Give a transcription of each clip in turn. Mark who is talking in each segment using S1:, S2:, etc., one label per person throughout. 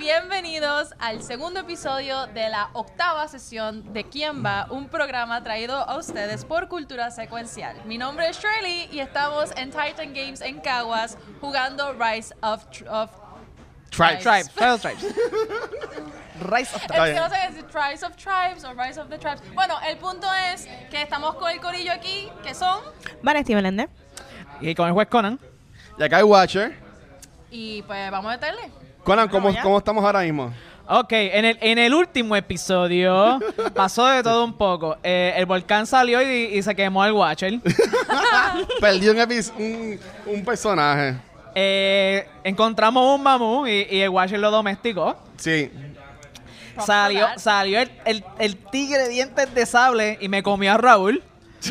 S1: Bienvenidos al segundo episodio de la octava sesión de Quién va, un programa traído a ustedes por Cultura Secuencial. Mi nombre es Shirley y estamos en Titan Games en Caguas jugando Rise of, Tr- of
S2: Tribes.
S1: Tribes.
S2: Tribes. Tribes. Tribes. Rise of
S1: Es que no sé si es Tribes of Tribes o Rise of the Tribes. Bueno, el punto es que estamos con el corillo aquí, que son.
S3: Vanesti Meléndez.
S2: Y con el juez Conan.
S4: Y acá hay Watcher.
S1: Y pues vamos a meterle.
S4: Conan, ¿cómo,
S2: ya.
S4: ¿cómo estamos ahora mismo?
S2: Ok, en el, en el último episodio pasó de todo un poco. Eh, el volcán salió y, y se quemó el Watcher.
S4: Perdí un, epi- un, un personaje.
S2: Eh, encontramos un mamú y, y el Watcher lo domesticó.
S4: Sí.
S2: Salió,
S1: Popular.
S2: salió el, el- el tigre dientes de sable y me comió a Raúl. Eh,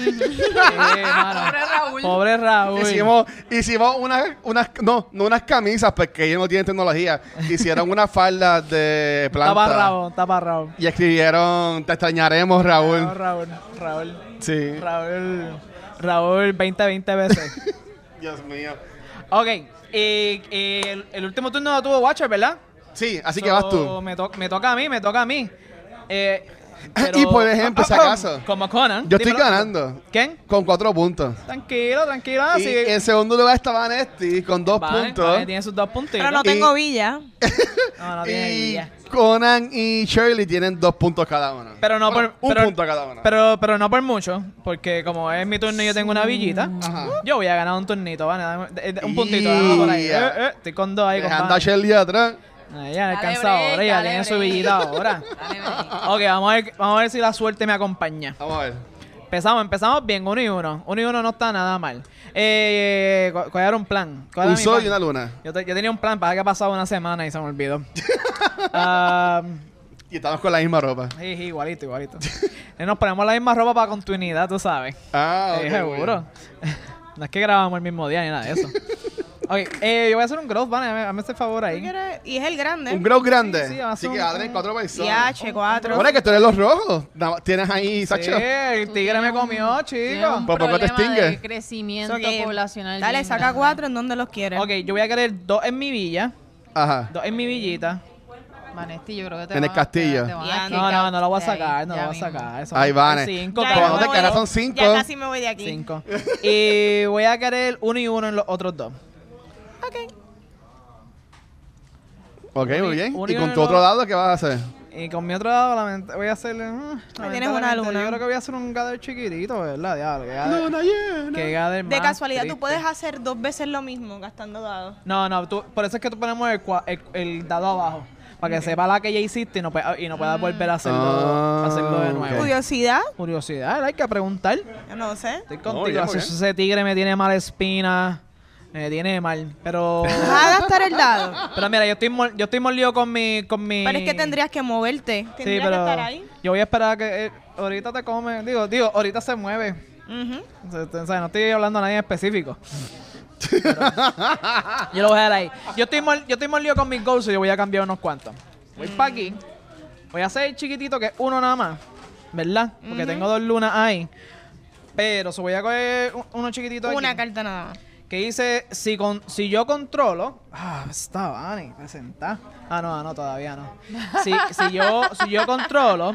S2: mano.
S1: Pobre Raúl.
S2: Pobre Raúl.
S4: Hicimos, hicimos unas, unas, no, no unas camisas, porque ellos no tienen tecnología. Hicieron una falda de
S2: Tapa
S4: planta.
S2: Raúl, tapa Raúl.
S4: Y escribieron, te extrañaremos,
S2: No,
S4: Raúl.
S2: Raúl, Raúl,
S4: Sí.
S2: Raúl, Raúl, 20, 20 veces.
S4: Dios mío.
S2: Ok, y, y el, el último turno lo tuvo Watcher, ¿verdad?
S4: Sí, así
S2: So,
S4: que vas tú.
S2: Me, to- me toca a mí, me toca a mí. Eh, pero-
S4: y por ejemplo, si acaso,
S2: Como Conan.
S4: Yo estoy
S2: dímelo.
S4: ganando.
S2: ¿Quién?
S4: Con cuatro puntos.
S2: Tranquilo, tranquilo. ah,
S4: y
S2: sí.
S4: en segundo lugar estaba Nesti con dos
S2: Vale,
S4: puntos.
S2: vale, tiene sus dos puntitos.
S3: Pero no
S4: te-
S3: tengo villa.
S2: no, no tiene
S4: y
S2: guía.
S4: Conan y Shirley tienen dos puntos cada uno.
S2: Pero no
S4: Bueno,
S2: por-
S4: un
S2: pero-
S4: punto cada uno.
S2: Pero, pero no por mucho, porque como es mi turno y yo tengo una villita,
S4: Mm, Ajá.
S2: yo voy a ganar un turnito, ¿vale? Dame- eh, eh, Un puntito, dámelo por ahí.
S4: Ya.
S2: Eh, eh, estoy con dos ahí,
S4: Dejando a
S2: compadre.
S4: Shirley atrás.
S2: Ah, Ya
S1: Dale
S2: alcanza
S1: break,
S2: ahora, ya
S1: dale
S2: tiene su
S1: break.
S2: villita ahora.
S1: Dale, vení.
S2: Ok, vamos a, ver, vamos a ver si la suerte me acompaña.
S4: Vamos a ver.
S2: Empezamos, empezamos bien, uno y uno. Uno y uno no está nada mal. Eh, cu- ¿Cuál era un plan? ¿Cuál era
S4: Un
S2: mi
S4: sol
S2: plan?
S4: y una luna.
S2: Yo, te- yo tenía un plan, para que ha pasado una semana y se me olvidó. Ah,
S4: Y estamos con la misma ropa.
S2: sí, sí, igualito, igualito. Eh, Nos ponemos la misma ropa para continuidad, tú sabes.
S4: Ah,
S2: Sí,
S4: ok,
S2: seguro. no es que grabamos el mismo día ni nada de eso. ok, eh, yo voy a hacer un growth, ¿vale? Hazme- Hazme este favor
S3: ¿Tú
S2: ahí.
S3: quieres? Y es
S4: muy
S3: el
S4: bien. Un
S3: grande.
S4: grow grande.
S2: Sí, sí,
S4: Así
S2: hace
S4: que
S2: un-
S4: Adrián, cuatro
S3: Y
S4: personas. Bueno,
S3: H4.
S4: es que tú eres los rojos. Nada más Tienes ahí,
S2: Sí,
S4: Sacho.
S2: el
S1: Tú
S2: tigre
S1: tienes
S2: me
S1: un-
S2: comió,
S1: tienes
S2: chico.
S1: un
S4: Pues, Por poco te
S1: problema
S4: extingue.
S1: de crecimiento
S3: So que-
S1: poblacional.
S3: Dale,
S1: bien
S3: saca
S1: grande.
S3: cuatro en donde los quieres.
S2: Ok, yo voy a querer dos en mi villa.
S4: Ajá.
S2: Dos en mi villita.
S1: Vanesti, yo creo que te
S4: En
S1: va-
S4: el castillo.
S1: te- te van a
S3: Ya,
S1: kick
S2: No, no,
S1: out
S2: no lo voy a
S1: de ahí,
S2: sacar, no lo
S1: ya
S2: voy a
S1: mismo.
S2: sacar.
S4: Ahí van, eh.
S2: Cinco,
S3: Ya,
S4: Como
S3: yo
S2: pero-
S4: no te
S3: me
S4: caras,
S3: voy.
S4: son cinco.
S3: Ya casi me voy de aquí.
S2: cinco. Y voy a querer uno y uno en los otros dos.
S3: Ok.
S4: Ok, muy bien.
S2: un
S4: ¿Y
S2: y
S4: con
S2: uno
S4: tu
S2: no-
S4: otro dado qué vas a hacer?
S2: Y con mi otro lado, lament- voy a hacer. mm,
S3: una
S2: lamentablemente,
S3: luna.
S2: Yo creo que voy a hacer un gather chiquitito, ¿verdad? Diablo, que gather,
S4: Luna llena.
S2: que gather
S3: De
S2: más
S3: casualidad,
S2: triste.
S3: tú puedes hacer dos veces lo mismo gastando dados.
S2: No, no, tú- por eso es que tú ponemos el, cua- el- el dado abajo. Para que sepa la que ya hiciste y no, pueda- y no puedas volver a hacerlo,
S4: Ah,
S2: hacerlo de nuevo.
S4: ok.
S3: Curiosidad,
S2: Curiosidad, hay que preguntar.
S3: yo no sé.
S2: Estoy
S4: Muy
S2: contigo.
S4: bien, muy
S2: ese,
S4: bien.
S2: ese tigre me tiene mala espina. Me tiene mal. Pero.
S3: Vas a gastar el dado.
S2: pero mira, yo estoy, mol- yo estoy molido con mi, con mi.
S3: Pero es que tendrías que moverte.
S2: Sí,
S3: Tendrías
S2: pero
S3: que estar ahí.
S2: Yo voy a esperar a que. eh, ahorita te come. Digo, digo, ahorita se mueve.
S3: Ujú.
S2: O sea, o sea, no estoy hablando a nadie en específico. Pero- yo lo voy a dejar ahí. Yo estoy, mol- yo estoy molido con mis goals y yo voy a cambiar unos cuantos. Voy para aquí. Voy a hacer el chiquitito que es uno nada más. ¿Verdad? Porque tengo dos lunas ahí. Pero se voy a coger un- uno chiquitito aquí.
S3: Una carta nada más.
S2: que dice si con si yo controlo ah está Vani presenta ah no ah, no todavía no si, si yo si yo controlo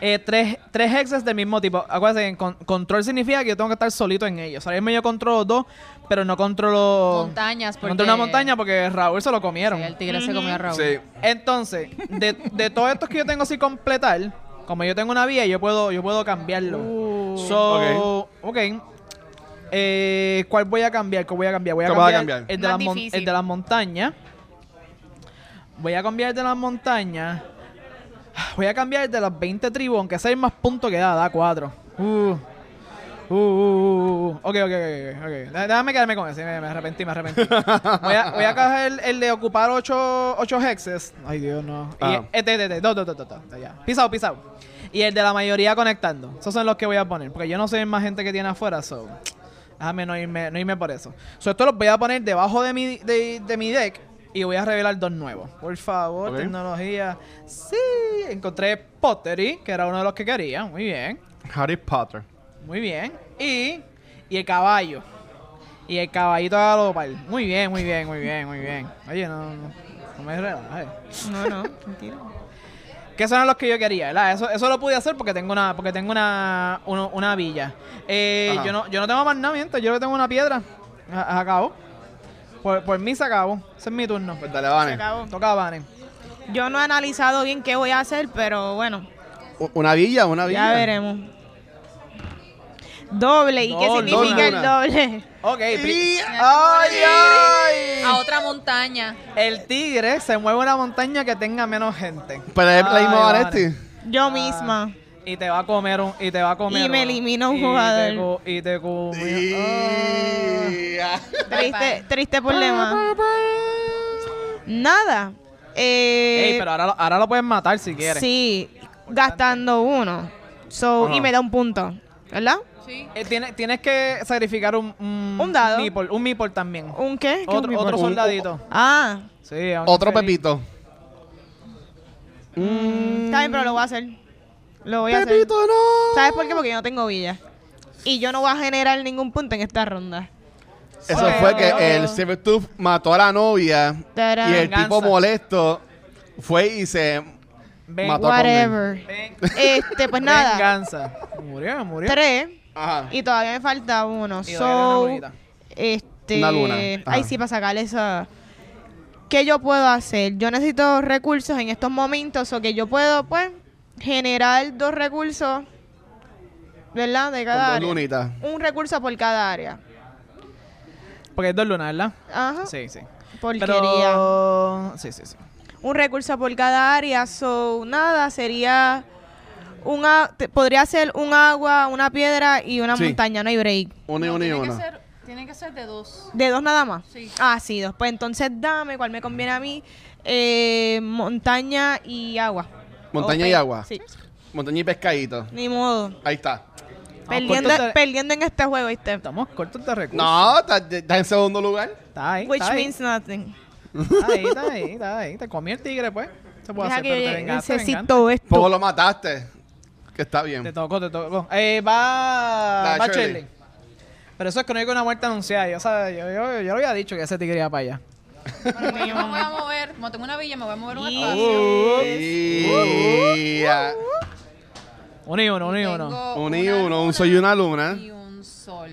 S2: eh, tres, tres hexes del mismo tipo acuérdense que con- control significa que yo tengo que estar solito en ellos o sea, ahora mismo yo controlo dos pero no controlo
S1: Montañas,
S2: no
S1: porque-
S2: controlo una montaña porque Raúl se lo comieron
S1: Sí, el tigre se comió a Raúl.
S2: entonces de, de todos estos que yo tengo así completar como yo tengo una vía yo puedo yo puedo cambiarlo
S4: Uh,
S2: so ok eh, ¿Cuál voy a cambiar? ¿Cuál voy a cambiar? Voy a
S4: ¿Cuál vas
S2: cambiar,
S4: a cambiar?
S2: El, de
S3: Más
S2: las mon-
S3: difícil.
S2: el de las montañas. Voy a cambiar el de las montañas. Voy a cambiar el de las 20 tribus, aunque sea el más punto que da, da 4. Uh. Uh, uh, uh, uh. Ok, ok, ok, ok, ok. Dé- Déjame quedarme con ese. Me me arrepentí, me arrepentí. Voy a, voy a coger el, el de ocupar 8, hexes. Ay, Dios, no. Y
S4: Ah.
S2: este, este, este. Dos, dos, dos, dos, dos. Ya. Pisado, pisado. Y el de la mayoría conectando. Esos son los que voy a poner. Porque yo no sé más gente que tiene afuera, so. Déjame no irme, no irme por eso. So, esto los voy a poner debajo de mi, de, de mi deck y voy a revelar dos nuevos. Por favor,
S4: Ok.
S2: tecnología. Sí, encontré Pottery, que era uno de los que quería. Muy bien,
S4: Harry Potter.
S2: muy bien. Y, y el caballo. Y el caballito de galopar. Muy bien, muy bien, muy bien, muy bien. Oye, no, no. No me relajes.
S3: No, no, mentira.
S2: Que esos eran los que yo quería, ¿verdad? Eso, eso lo pude hacer porque tengo una, porque tengo una, uno- una villa. Eh,
S4: Ajá.
S2: yo, no, yo no tengo mandamiento, yo le tengo una piedra. A- Acabo. Por, por mí se acabó. Ese es mi turno.
S4: Pues dale, Vane.
S3: Acabó.
S2: Toca a Vane.
S3: Yo no he analizado bien qué voy a hacer, pero bueno,
S4: U- Una villa, una villa.
S3: ya veremos. Doble, ¿y qué
S2: Doble.
S3: significa el
S4: Doble.
S3: doble?
S2: Ok. pri-
S4: Y- ¡Ay, ay!
S1: A otra montaña.
S2: El tigre se mueve a una montaña que tenga menos gente.
S4: Pero es la
S2: Ay,
S4: misma
S2: Vane.
S4: Vanetti.
S2: Ah,
S3: Yo misma.
S2: Y te va a comer un, y te va a comer
S3: Y me
S2: uno.
S3: elimina un
S2: Y te
S3: jugador.
S2: co- Y te come. Ah.
S1: Bye,
S3: Triste,
S1: bye.
S3: triste problema. Nada. Eh,
S2: Ey, pero ahora, lo- ahora lo puedes matar si quieres.
S3: sí, gastando uno. So,
S4: Ajá.
S3: y me da un punto, ¿verdad?
S1: Sí.
S2: Eh, tiene- tienes que sacrificar un, un,
S3: Un dado.
S2: meeple, un meeple también.
S3: ¿Un qué? ¿Qué
S2: otro,
S3: un
S2: otro
S3: people?
S4: Un-
S2: soldadito.
S3: Ah,
S2: Sí, aunque
S4: Otro
S2: feliz.
S4: Pepito.
S3: está bien, pero lo voy a hacer. Lo voy a hacer.
S4: Pepito, no.
S3: ¿Sabes por qué? Porque yo no tengo villa. Y yo no voy a generar ningún punto en esta ronda.
S4: Eso
S2: Ok,
S4: fue
S2: ok,
S4: que
S2: ok.
S4: el Silvertooth mató a la novia
S3: Tarán.
S4: y el
S2: Venganza.
S4: tipo molesto fue y se...
S2: Ven-
S4: Mató.
S3: Whatever.
S2: ven-
S3: Este, pues nada.
S2: Venganza. Murió, murió.
S3: Tres.
S4: Ajá.
S3: Y todavía me falta uno.
S2: Y
S3: so,
S2: todavía tiene una lunita.
S3: este,
S4: Una luna. Ah. Ajá.
S3: Ay, sí, para sacarle esa. ¿Qué yo puedo hacer? Yo necesito recursos en estos momentos o que yo puedo, pues, generar dos recursos, ¿verdad? De
S4: Con
S3: cada
S4: dos
S3: área.
S4: lunitas.
S3: Un recurso por cada área.
S2: Porque es dos lunas, ¿verdad?
S3: Ajá.
S2: Sí, sí.
S3: Porquería.
S2: Pero... Sí, sí, sí.
S3: Un recurso por cada área. So, nada, sería. Una, podría ser un agua, una piedra y una
S4: Sí.
S3: montaña, no hay break.
S4: Una y
S1: No,
S4: una y
S1: tiene que
S4: una.
S1: ser- Tiene que ser de dos.
S3: ¿De dos nada más?
S1: Sí.
S3: Ah, sí, dos. Pues entonces dame cuál me conviene a mí. Eh, montaña y agua.
S4: Montaña
S3: O
S4: y
S3: pe-
S4: agua.
S3: Oh, Sí,
S4: Montaña y pescadito.
S3: ni
S2: Ah,
S3: modo.
S4: Ahí está.
S2: pues
S3: Perdiendo,
S2: corto, te-
S3: perdiendo en este juego, ¿viste?
S2: Estamos cortos de recursos.
S4: No, está, está en segundo lugar.
S2: Está ahí,
S3: Which
S2: está ahí.
S3: means nothing.
S2: Está ahí, está ahí, está ahí. Te comí el tigre, pues. Se puede
S3: Deja
S2: hacer,
S3: que
S2: pero te
S3: yo
S2: vengaste, vengaste.
S3: necesito esto.
S4: Poco lo mataste. Que está
S2: Te
S4: bien.
S2: tocó, te tocó. Eh, va...
S4: La
S2: va
S4: Shirley.
S2: Shirley. Pero eso es que no hay una muerte anunciada. Yo, sabes, yo, yo, yo lo había dicho que ese tigre iba para allá.
S1: Bueno, pues yo me voy a mover. Como tengo una villa, me voy a mover un
S3: Y-
S1: espacio.
S4: Y-
S2: Uno y uno, uno y uno.
S1: Tengo
S4: Un y
S1: una
S4: uno, un
S1: luna
S4: sol y una luna.
S1: Y un sol.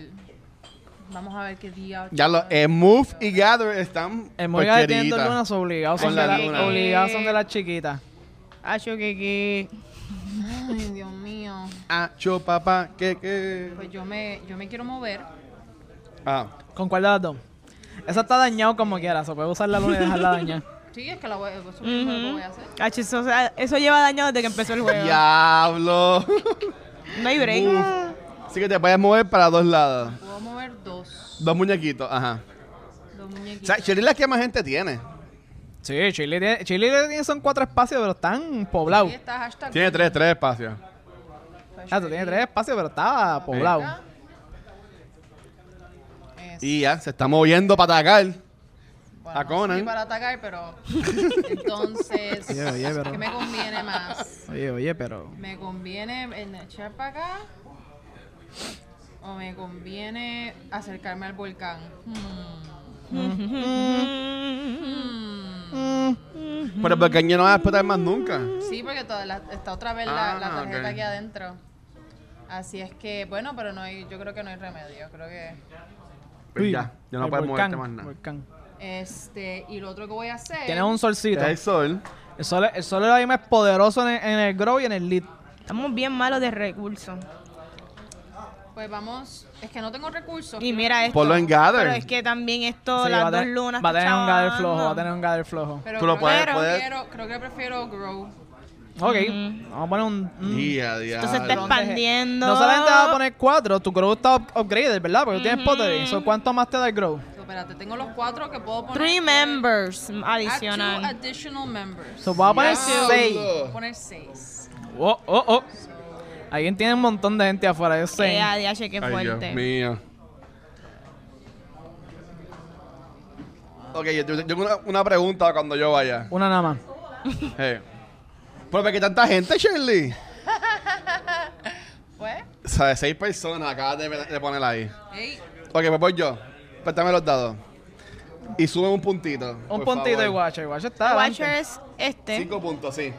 S1: Vamos a ver qué día.
S4: Ya lo, eh, Move y Gather están
S2: El Morgan de tiene dos
S4: porqueritas.
S2: lunas obligados
S4: Con
S2: son,
S4: la
S2: de la-
S4: luna.
S2: obligados son de las chiquitas.
S3: Acho que que.
S4: eh.
S1: Ay, Dios mío.
S4: Ah, yo, papá, que, que.
S1: Pues yo me, yo me quiero mover.
S4: Ah,
S2: ¿Con cuál de las dos? Esa está dañado como quieras. O puedes usar la luna y dejarla dañar.
S1: Sí, es que la voy, eso es lo primero que voy a hacer.
S3: Ujú. Acho, eso, o sea, eso lleva daño desde que empezó el juego.
S4: diablo.
S3: No hay break.
S4: Así que te puedes mover para dos lados.
S1: Puedo mover dos.
S4: Dos muñequitos, ajá.
S1: Dos
S4: O
S1: muñequitos.
S4: sea, Shirley es la que más gente tiene.
S2: Sí, Chile tiene, Chile tiene son cuatro espacios, pero están poblados.
S1: Ahí está hashtag.
S4: Tiene tres, tres espacios.
S2: Ah, tú tienes tres espacios, pero está poblado.
S1: Eso.
S4: Y ya, se está moviendo para atacar.
S1: Bueno,
S4: A
S1: no
S4: Conan.
S1: sé para atacar, pero. Entonces.
S2: Oye, oye, pero-
S1: ¿Qué me conviene más?
S2: Oye, oye, pero...
S1: ¿Me conviene en echar para acá? ¿O me conviene acercarme al volcán? Hmm. Hmm.
S2: Mm,
S4: Pero porque yo no va a explotar más nunca.
S1: Sí, porque toda la- está otra vez la, la
S4: Ah,
S1: tarjeta
S4: ok.
S1: aquí adentro. Así es que, bueno, pero no hay, yo creo que no hay remedio. Creo que.
S4: Pues
S2: uy,
S4: ya, ya no
S2: el
S4: puedes
S2: volcán,
S4: moverte más nada.
S2: volcán.
S1: Este, y lo otro que voy a hacer.
S2: Tienes un solcito.
S4: Está el sol.
S2: El sol, el sol ahora mismo es poderoso en el, en el grow y en el lead.
S3: Estamos bien malos de recursos.
S1: Pues vamos. Es que no tengo recursos.
S3: Y mira esto.
S4: Ponlo en gather.
S3: Pero es que también esto,
S2: Sí,
S3: las
S2: va a
S3: dos
S2: tener-
S3: lunas.
S2: Va a tener un gather
S3: chavando.
S2: flojo, va a tener un gather flojo.
S1: Pero
S4: Tú lo
S1: creo,
S4: puedes-
S1: que
S4: puedes-
S1: prefiero- creo que prefiero Grow.
S2: Ok, vamos a poner un... un-
S4: Día, día.
S3: Esto se está expandiendo.
S2: No solamente vas a poner cuatro, tu grow está up- upgraded, ¿verdad? Porque tú tienes pottery. So, ¿Cuánto más te da el grow?
S1: So, espérate, tengo los cuatro que puedo poner.
S3: Three members
S1: Add two
S3: adicional.
S1: additional members.
S2: So, voy a poner
S1: Diablo.
S2: seis.
S1: Voy a poner seis.
S2: Oh, oh, oh. Alguien tiene un montón de gente afuera, yo sé.
S3: Eh, ADH, qué
S4: Ay, Dios
S3: fuerte.
S4: mío. Ok, yo yo tengo una, una pregunta cuando yo vaya.
S2: Una nada más.
S4: Hey. Pero ¿por qué tanta gente, Shirley?
S1: Pues,
S4: O sea, de seis personas acabas de, de poner ahí.
S1: hey,
S4: Ok, pues voy yo. Préstame los dados. Y suben un puntito.
S2: Un
S4: por
S2: puntito de
S4: favor.
S2: Watcher. Watcher está.
S3: El
S2: adelante.
S3: Watcher es este.
S4: Cinco puntos, sí.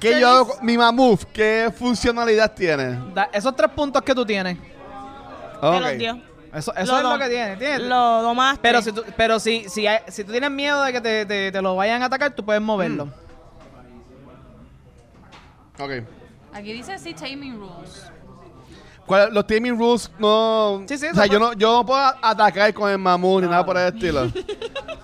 S4: ¿Qué yo hago? con- Mi mamuf, ¿qué funcionalidad tiene?
S2: Da- esos tres puntos que tú tienes.
S3: Te
S4: Ok.
S3: los dio.
S2: Eso, eso es lo
S3: dom-
S2: que tienes. ¿entiendes?
S3: Lo domaste.
S2: Pero, si tú, pero si, si, hay- si tú tienes miedo de que te, te- te lo vayan a atacar, tú puedes moverlo.
S4: Ok.
S1: Aquí dice sí, taming rules.
S4: ¿Cuál- los teaming rules no.
S2: Sí, sí,
S4: o sea,
S2: eso
S4: yo no, yo no puedo atacar con el mamut ni nada por el estilo.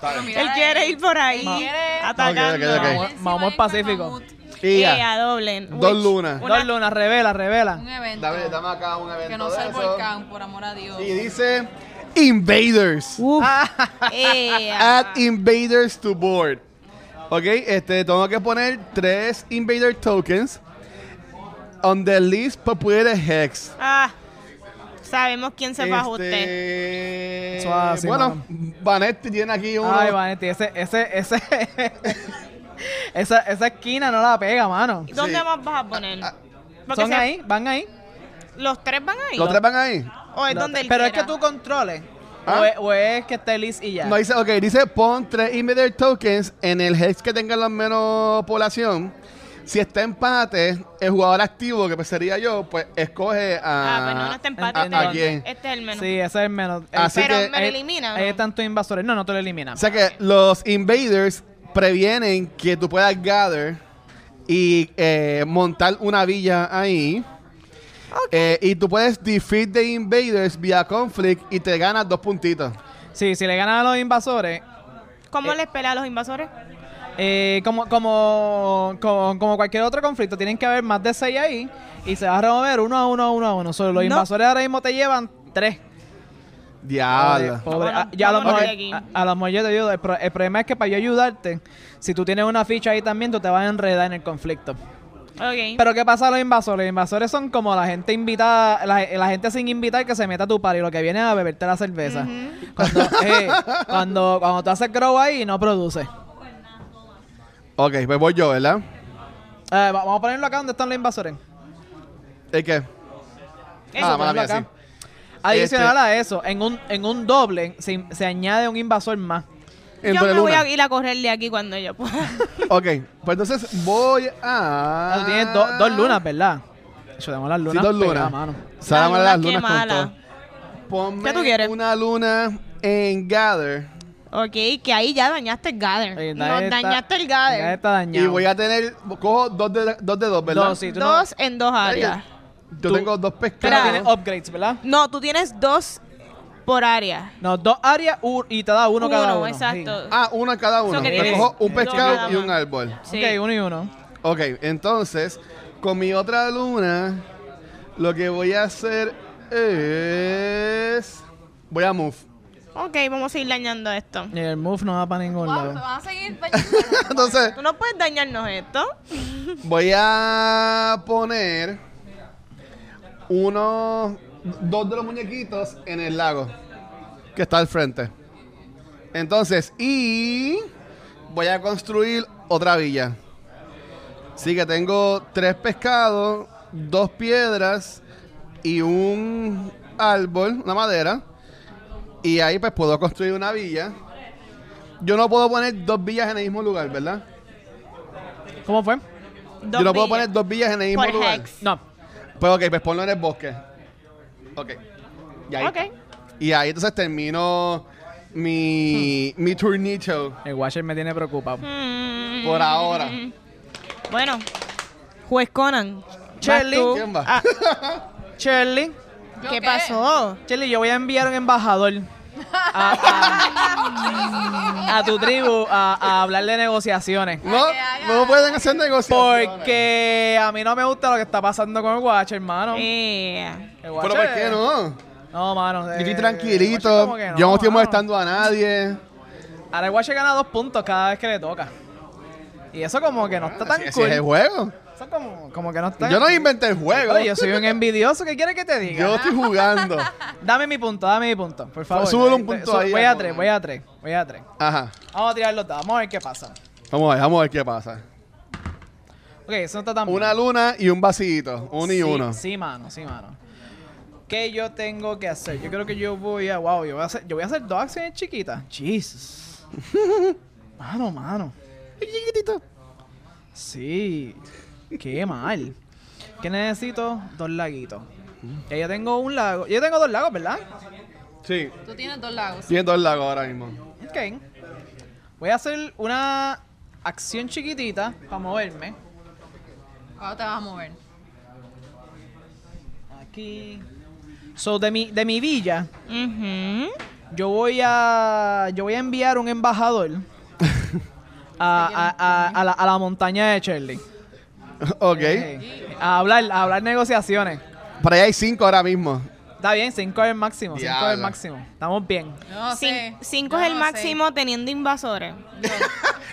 S1: Pero mira
S3: Él
S1: ahí.
S3: quiere ir por ahí.
S1: Él quiere-
S3: Atacando.
S4: Ah. Ok, ok,
S1: Él
S4: ok.
S1: sí
S2: Vamos
S1: va a
S2: al
S1: ir con
S2: Pacífico.
S1: mamut.
S4: Y ya.
S3: Ella, doblen.
S4: Dos
S3: Which-
S4: lunas.
S3: Una-
S2: Dos lunas, revela,
S4: Ah.
S2: revela.
S1: Un evento.
S4: Dame, dame acá un evento.
S1: que no
S4: de
S1: sea el
S4: eso.
S1: volcán, por amor a Dios.
S4: Y dice Invaders.
S3: Uf.
S2: Ah,
S3: Ea.
S4: Add Invaders to board. Ok, este, tengo que poner tres Invader tokens on the least popular hex.
S3: Ah, sabemos quién se fajó usted.
S4: Este,
S2: Suave, sí,
S4: bueno,
S2: mano.
S4: Vanetti tiene aquí uno.
S2: Ay, Vanetti, ese, ese, ese. esa, esa esquina no la pega, mano.
S3: ¿Dónde
S4: sí. Ah.
S3: más vas a poner? Porque
S2: Son
S3: se-
S2: ahí, van ahí.
S3: ¿Los tres van ahí?
S4: ¿Los tres van ahí?
S3: ¿O es
S2: Lo-
S3: donde él
S2: pero es que
S3: quiera?
S2: tú controles. O,
S4: Ah.
S2: es, o es que esté Liz y ya.
S4: No dice, ok, dice pon tres invader tokens en el hex que tenga la menos población. Si está empate, el jugador activo, que pues sería yo, pues escoge a.
S3: Ah, pues no, no está empate.
S4: a-
S3: este es
S4: a,
S3: el-
S4: quién.
S3: Este es el menos.
S2: Sí, ese es el menos.
S4: Así
S2: Ahí-
S3: pero
S4: que-
S3: me lo
S2: ahí-
S3: elimina.
S2: Ahí
S3: ¿no?
S2: están tus invasores. No, no te lo eliminan.
S4: O sea que los invaders previenen que tú puedas gather y eh, montar una villa ahí. Eh, y tú puedes defeat the invaders vía conflict y te ganas dos puntitos.
S2: Sí, si le ganan a los invasores,
S3: ¿Cómo les pelea a los invasores?
S2: eh, como, como, como, como cualquier otro conflicto, tienen que haber más de seis ahí y se va a remover uno a uno, uno a uno. Solo los
S3: No.
S2: invasores ahora mismo te llevan tres.
S4: Diablo.
S2: Pobre, pobre.
S3: Vámonos,
S2: Ah, ya a lo
S3: vámonos
S2: mejor,
S3: de aquí.
S2: a, a lo mejor yo te ayudo. El, pro- el problema es que para yo ayudarte, si tú tienes una ficha ahí también, tú te vas a enredar en el conflicto.
S3: Ok.
S2: Pero ¿qué pasa a los invasores? Los invasores son como la gente invitada, la, la gente sin invitar que se mete a tu party, lo que viene es a beberte la cerveza. cuando, eh, cuando, cuando tú haces grow ahí, no produce.
S4: Ok, pues voy yo, ¿verdad?
S2: Eh, va- vamos a ponerlo acá donde están los invasores.
S4: ¿El qué?
S3: Eso,
S4: ah, mala
S2: ponlo
S4: mía,
S2: acá.
S4: sí.
S2: Adicional
S4: Este-
S2: a eso, en un, en un doble se, se añade un invasor más.
S3: yo
S4: Entre
S3: me voy
S4: luna.
S3: a ir a correr de aquí cuando yo pueda.
S4: Ok, pues entonces voy
S2: Ah,
S4: a.
S2: tú tienes do- dos lunas, ¿verdad? Yo tengo las lunas.
S4: Sí, dos
S2: pegadas,
S4: lunas.
S2: mano.
S4: Se van a
S3: La
S4: las
S3: luna, qué
S4: lunas con
S3: mala.
S4: todo. Ponme
S3: ¿Qué tú quieres?
S4: una luna en Gather.
S3: ok, que ahí ya dañaste el gather.
S2: Eh,
S3: Nos
S2: Daenerys está-
S3: Mm. dañaste el gather.
S2: Daenerys está dañado.
S4: Y voy a tener. Cojo dos de dos, de dos ¿verdad?
S2: Dos, sí, tú no-
S3: dos en dos áreas.
S4: Yo
S2: Tú-
S4: tengo dos
S2: tú no
S4: pescados. oh,
S2: tienes upgrades, ¿verdad?
S3: No, tú tienes dos por área.
S2: No, dos áreas u- y te da uno, cada uno.
S3: exacto.
S4: Ah, una cada uno.
S3: Eso que
S4: Yo
S3: tienes
S4: cojo un
S3: dos
S4: pescado
S3: cada
S4: y un
S3: mano.
S4: árbol.
S2: Sí.
S3: Sí.
S2: Ok, uno y uno.
S4: Ok, entonces, con mi otra luna, lo que voy a hacer es. Voy a move.
S3: Ok, vamos a ir dañando esto.
S2: Y el move no va para ningún
S1: Wow, te
S2: lado.
S1: van a seguir.
S4: Entonces,
S3: Tú no puedes dañarnos esto.
S4: Voy a poner unos dos de los muñequitos en el lago que está al frente. Entonces, y voy a construir otra villa. Así que tengo tres pescados, dos piedras y un árbol, una madera. Y ahí pues puedo construir una villa. Yo no puedo poner dos villas en el mismo lugar, ¿verdad?
S2: ¿Cómo fue?
S3: Dos
S4: Yo no puedo
S3: villas.
S4: poner dos villas en el mismo
S3: Por
S4: lugar.
S3: hex.
S2: No.
S4: Pues ok, pues ponlo en el bosque. Ok. Y ahí,
S3: Ok.
S4: y ahí entonces termino mi, mi turnicho
S2: El Watcher me tiene preocupado.
S3: Mm.
S4: por ahora.
S3: Bueno, juez Conan.
S2: Sherlyn.
S3: vas tú.
S4: ¿Quién va?
S3: Ah,
S2: Shirley,
S1: ¿Yo
S3: ¿Qué pasó?
S2: Shirley, yo voy a enviar un embajador a, a- a tu tribu a, a hablar de negociaciones.
S4: No,
S1: que haga-
S4: no pueden hacer negociaciones.
S2: Porque a mí no me gusta lo que está pasando con el Watcher, hermano.
S3: Eh,
S2: El
S4: Pero
S2: Watcher-
S4: ¿por qué no?
S2: No, mano.
S4: Yo
S2: eh,
S4: estoy
S2: el Watcher
S4: tranquilito.
S2: como que
S4: yo no estoy
S2: mano.
S4: molestando a nadie.
S2: Ahora el Watcher gana dos puntos cada vez que le toca. Y eso como que no está tan
S4: Así- así
S2: cool.
S4: es el juego.
S2: Eso como, como que no está...
S4: Yo no inventé el juego.
S2: Oye, yo soy un envidioso. ¿Qué quieres que te diga?
S4: Yo estoy jugando.
S2: Dame mi punto, dame mi punto, por favor.
S4: súbele un
S2: Te-
S4: punto
S2: su-
S4: ahí,
S2: Voy a
S4: amor.
S2: tres, voy a tres, voy a tres.
S4: Ajá.
S2: Vamos a tirar los dados, vamos a ver qué pasa.
S4: Vamos a ver, vamos a ver qué pasa.
S2: Ok, eso no está tan mal.
S4: Una luna y un vasito. Uno y
S2: Sí,
S4: uno.
S2: Sí, mano, sí, mano. Ok, ¿Qué yo tengo que hacer? Yo creo que yo voy a. Wow, yo voy a hacer, yo voy a hacer dos acciones chiquitas. Jesus. Mano, mano.
S4: Chiquitito.
S2: Sí. Qué mal. ¿Qué necesito? Dos laguitos. Ya yo tengo un lago. Yo tengo dos lagos, ¿verdad?
S4: Sí.
S1: Tú tienes dos lagos.
S4: Tiene todo el lago ahora mismo.
S2: Ok. Voy a hacer una acción chiquitita para moverme.
S1: ¿Cuándo te vas a mover?
S2: Aquí. So, de mi, de mi villa,
S3: Ujú.
S2: yo voy a. Yo voy a enviar un embajador a, a- a- a la, a la montaña de Shirley.
S4: ok.
S2: Eh, A hablar, a hablar negociaciones.
S4: Para allá hay cinco ahora mismo.
S2: Está bien, 5 es el máximo. 5 es el
S4: Diablo.
S2: máximo. Estamos bien.
S1: No sé.
S3: Cin- cinco
S1: Yo
S3: es
S1: no
S3: el
S1: sé.
S3: máximo teniendo invasores.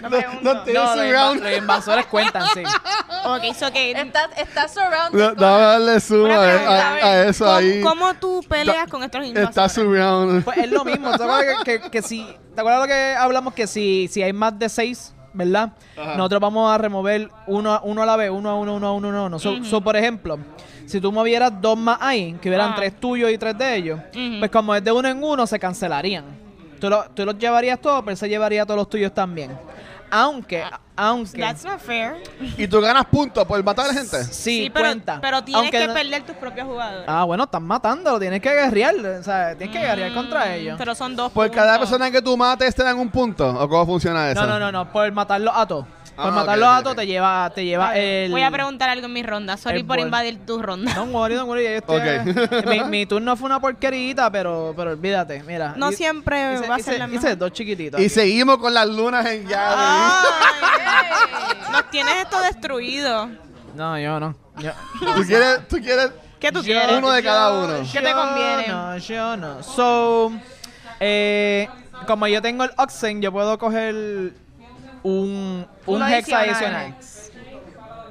S4: No,
S3: pregunto.
S4: no tienes
S2: No,
S4: un
S2: los, inva-
S4: round.
S2: los invasores cuentan, sí.
S3: Ok, so que...
S1: Oh. Está, está surrounded.
S4: No,
S1: con-
S4: dale suma
S3: Una
S4: a,
S3: pregunta,
S4: a-
S3: a ver,
S4: a eso
S3: ¿cómo,
S4: ahí.
S3: ¿Cómo tú peleas
S4: Da-
S3: con estos invasores?
S4: Está su round.
S2: Pues es lo mismo. ¿Te acuerdas que, que- que si, ¿te acuerdas lo que hablamos? Que si, si hay más de 6, ¿verdad?
S4: Ajá.
S2: Nosotros vamos a remover uno a, uno a la vez, uno a uno, uno a uno, uno a uno. So, so, por ejemplo, si tú movieras dos más ahí, que hubieran
S3: Ah.
S2: tres tuyos y tres de ellos,
S3: Ujú.
S2: pues como es de uno en uno, se cancelarían. Tú, lo- tú los llevarías todos, pero él se llevaría todos los tuyos también. Aunque, aunque...
S3: That's not fair.
S4: ¿Y tú ganas puntos por matar a la gente?
S2: Sí,
S3: pero,
S2: cuenta.
S3: pero tienes
S2: Aunque
S3: que
S2: no-
S3: perder tus propios jugadores.
S2: Ah, bueno, están matándolo, tienes que guerrear, o sea, tienes
S3: Mm.
S2: que guerrear contra ellos.
S3: Pero son dos
S4: ¿Por Pues cada
S3: puntos.
S4: persona que tú mates te dan un punto? ¿O cómo funciona eso?
S2: No, no, no, no, por matarlos a todos. Por
S4: Ah, ok,
S2: matarlos
S4: ok,
S2: a todos
S4: ok.
S2: te lleva, te lleva el...
S3: Voy a preguntar algo en mi ronda. Sorry
S2: el
S3: por
S2: bol.
S3: invadir tu ronda.
S2: No, worry, don't worry, ya yo estoy...
S4: Ok.
S2: mi, mi turno fue una porquerita, pero, pero olvídate, mira.
S3: No
S2: hi-
S3: siempre
S2: hice-
S3: va a ser
S2: hice-
S3: la
S2: Hice
S3: mejor.
S2: dos chiquititos.
S4: Y seguimos con las lunas en llave.
S3: Ah. Ay,
S1: Ey.
S3: nos tienes esto destruido.
S2: No, yo no. Yo,
S4: ¿Tú quieres, tú quieres
S3: ¿Qué tú
S2: yo-
S3: quieres?
S4: uno de cada uno?
S3: ¿Qué te
S2: yo
S3: conviene?
S2: No, yo no. So, eh, como yo tengo el Oxen, yo puedo coger un, un
S3: Uno
S2: Hex
S3: adicional.
S2: adicional.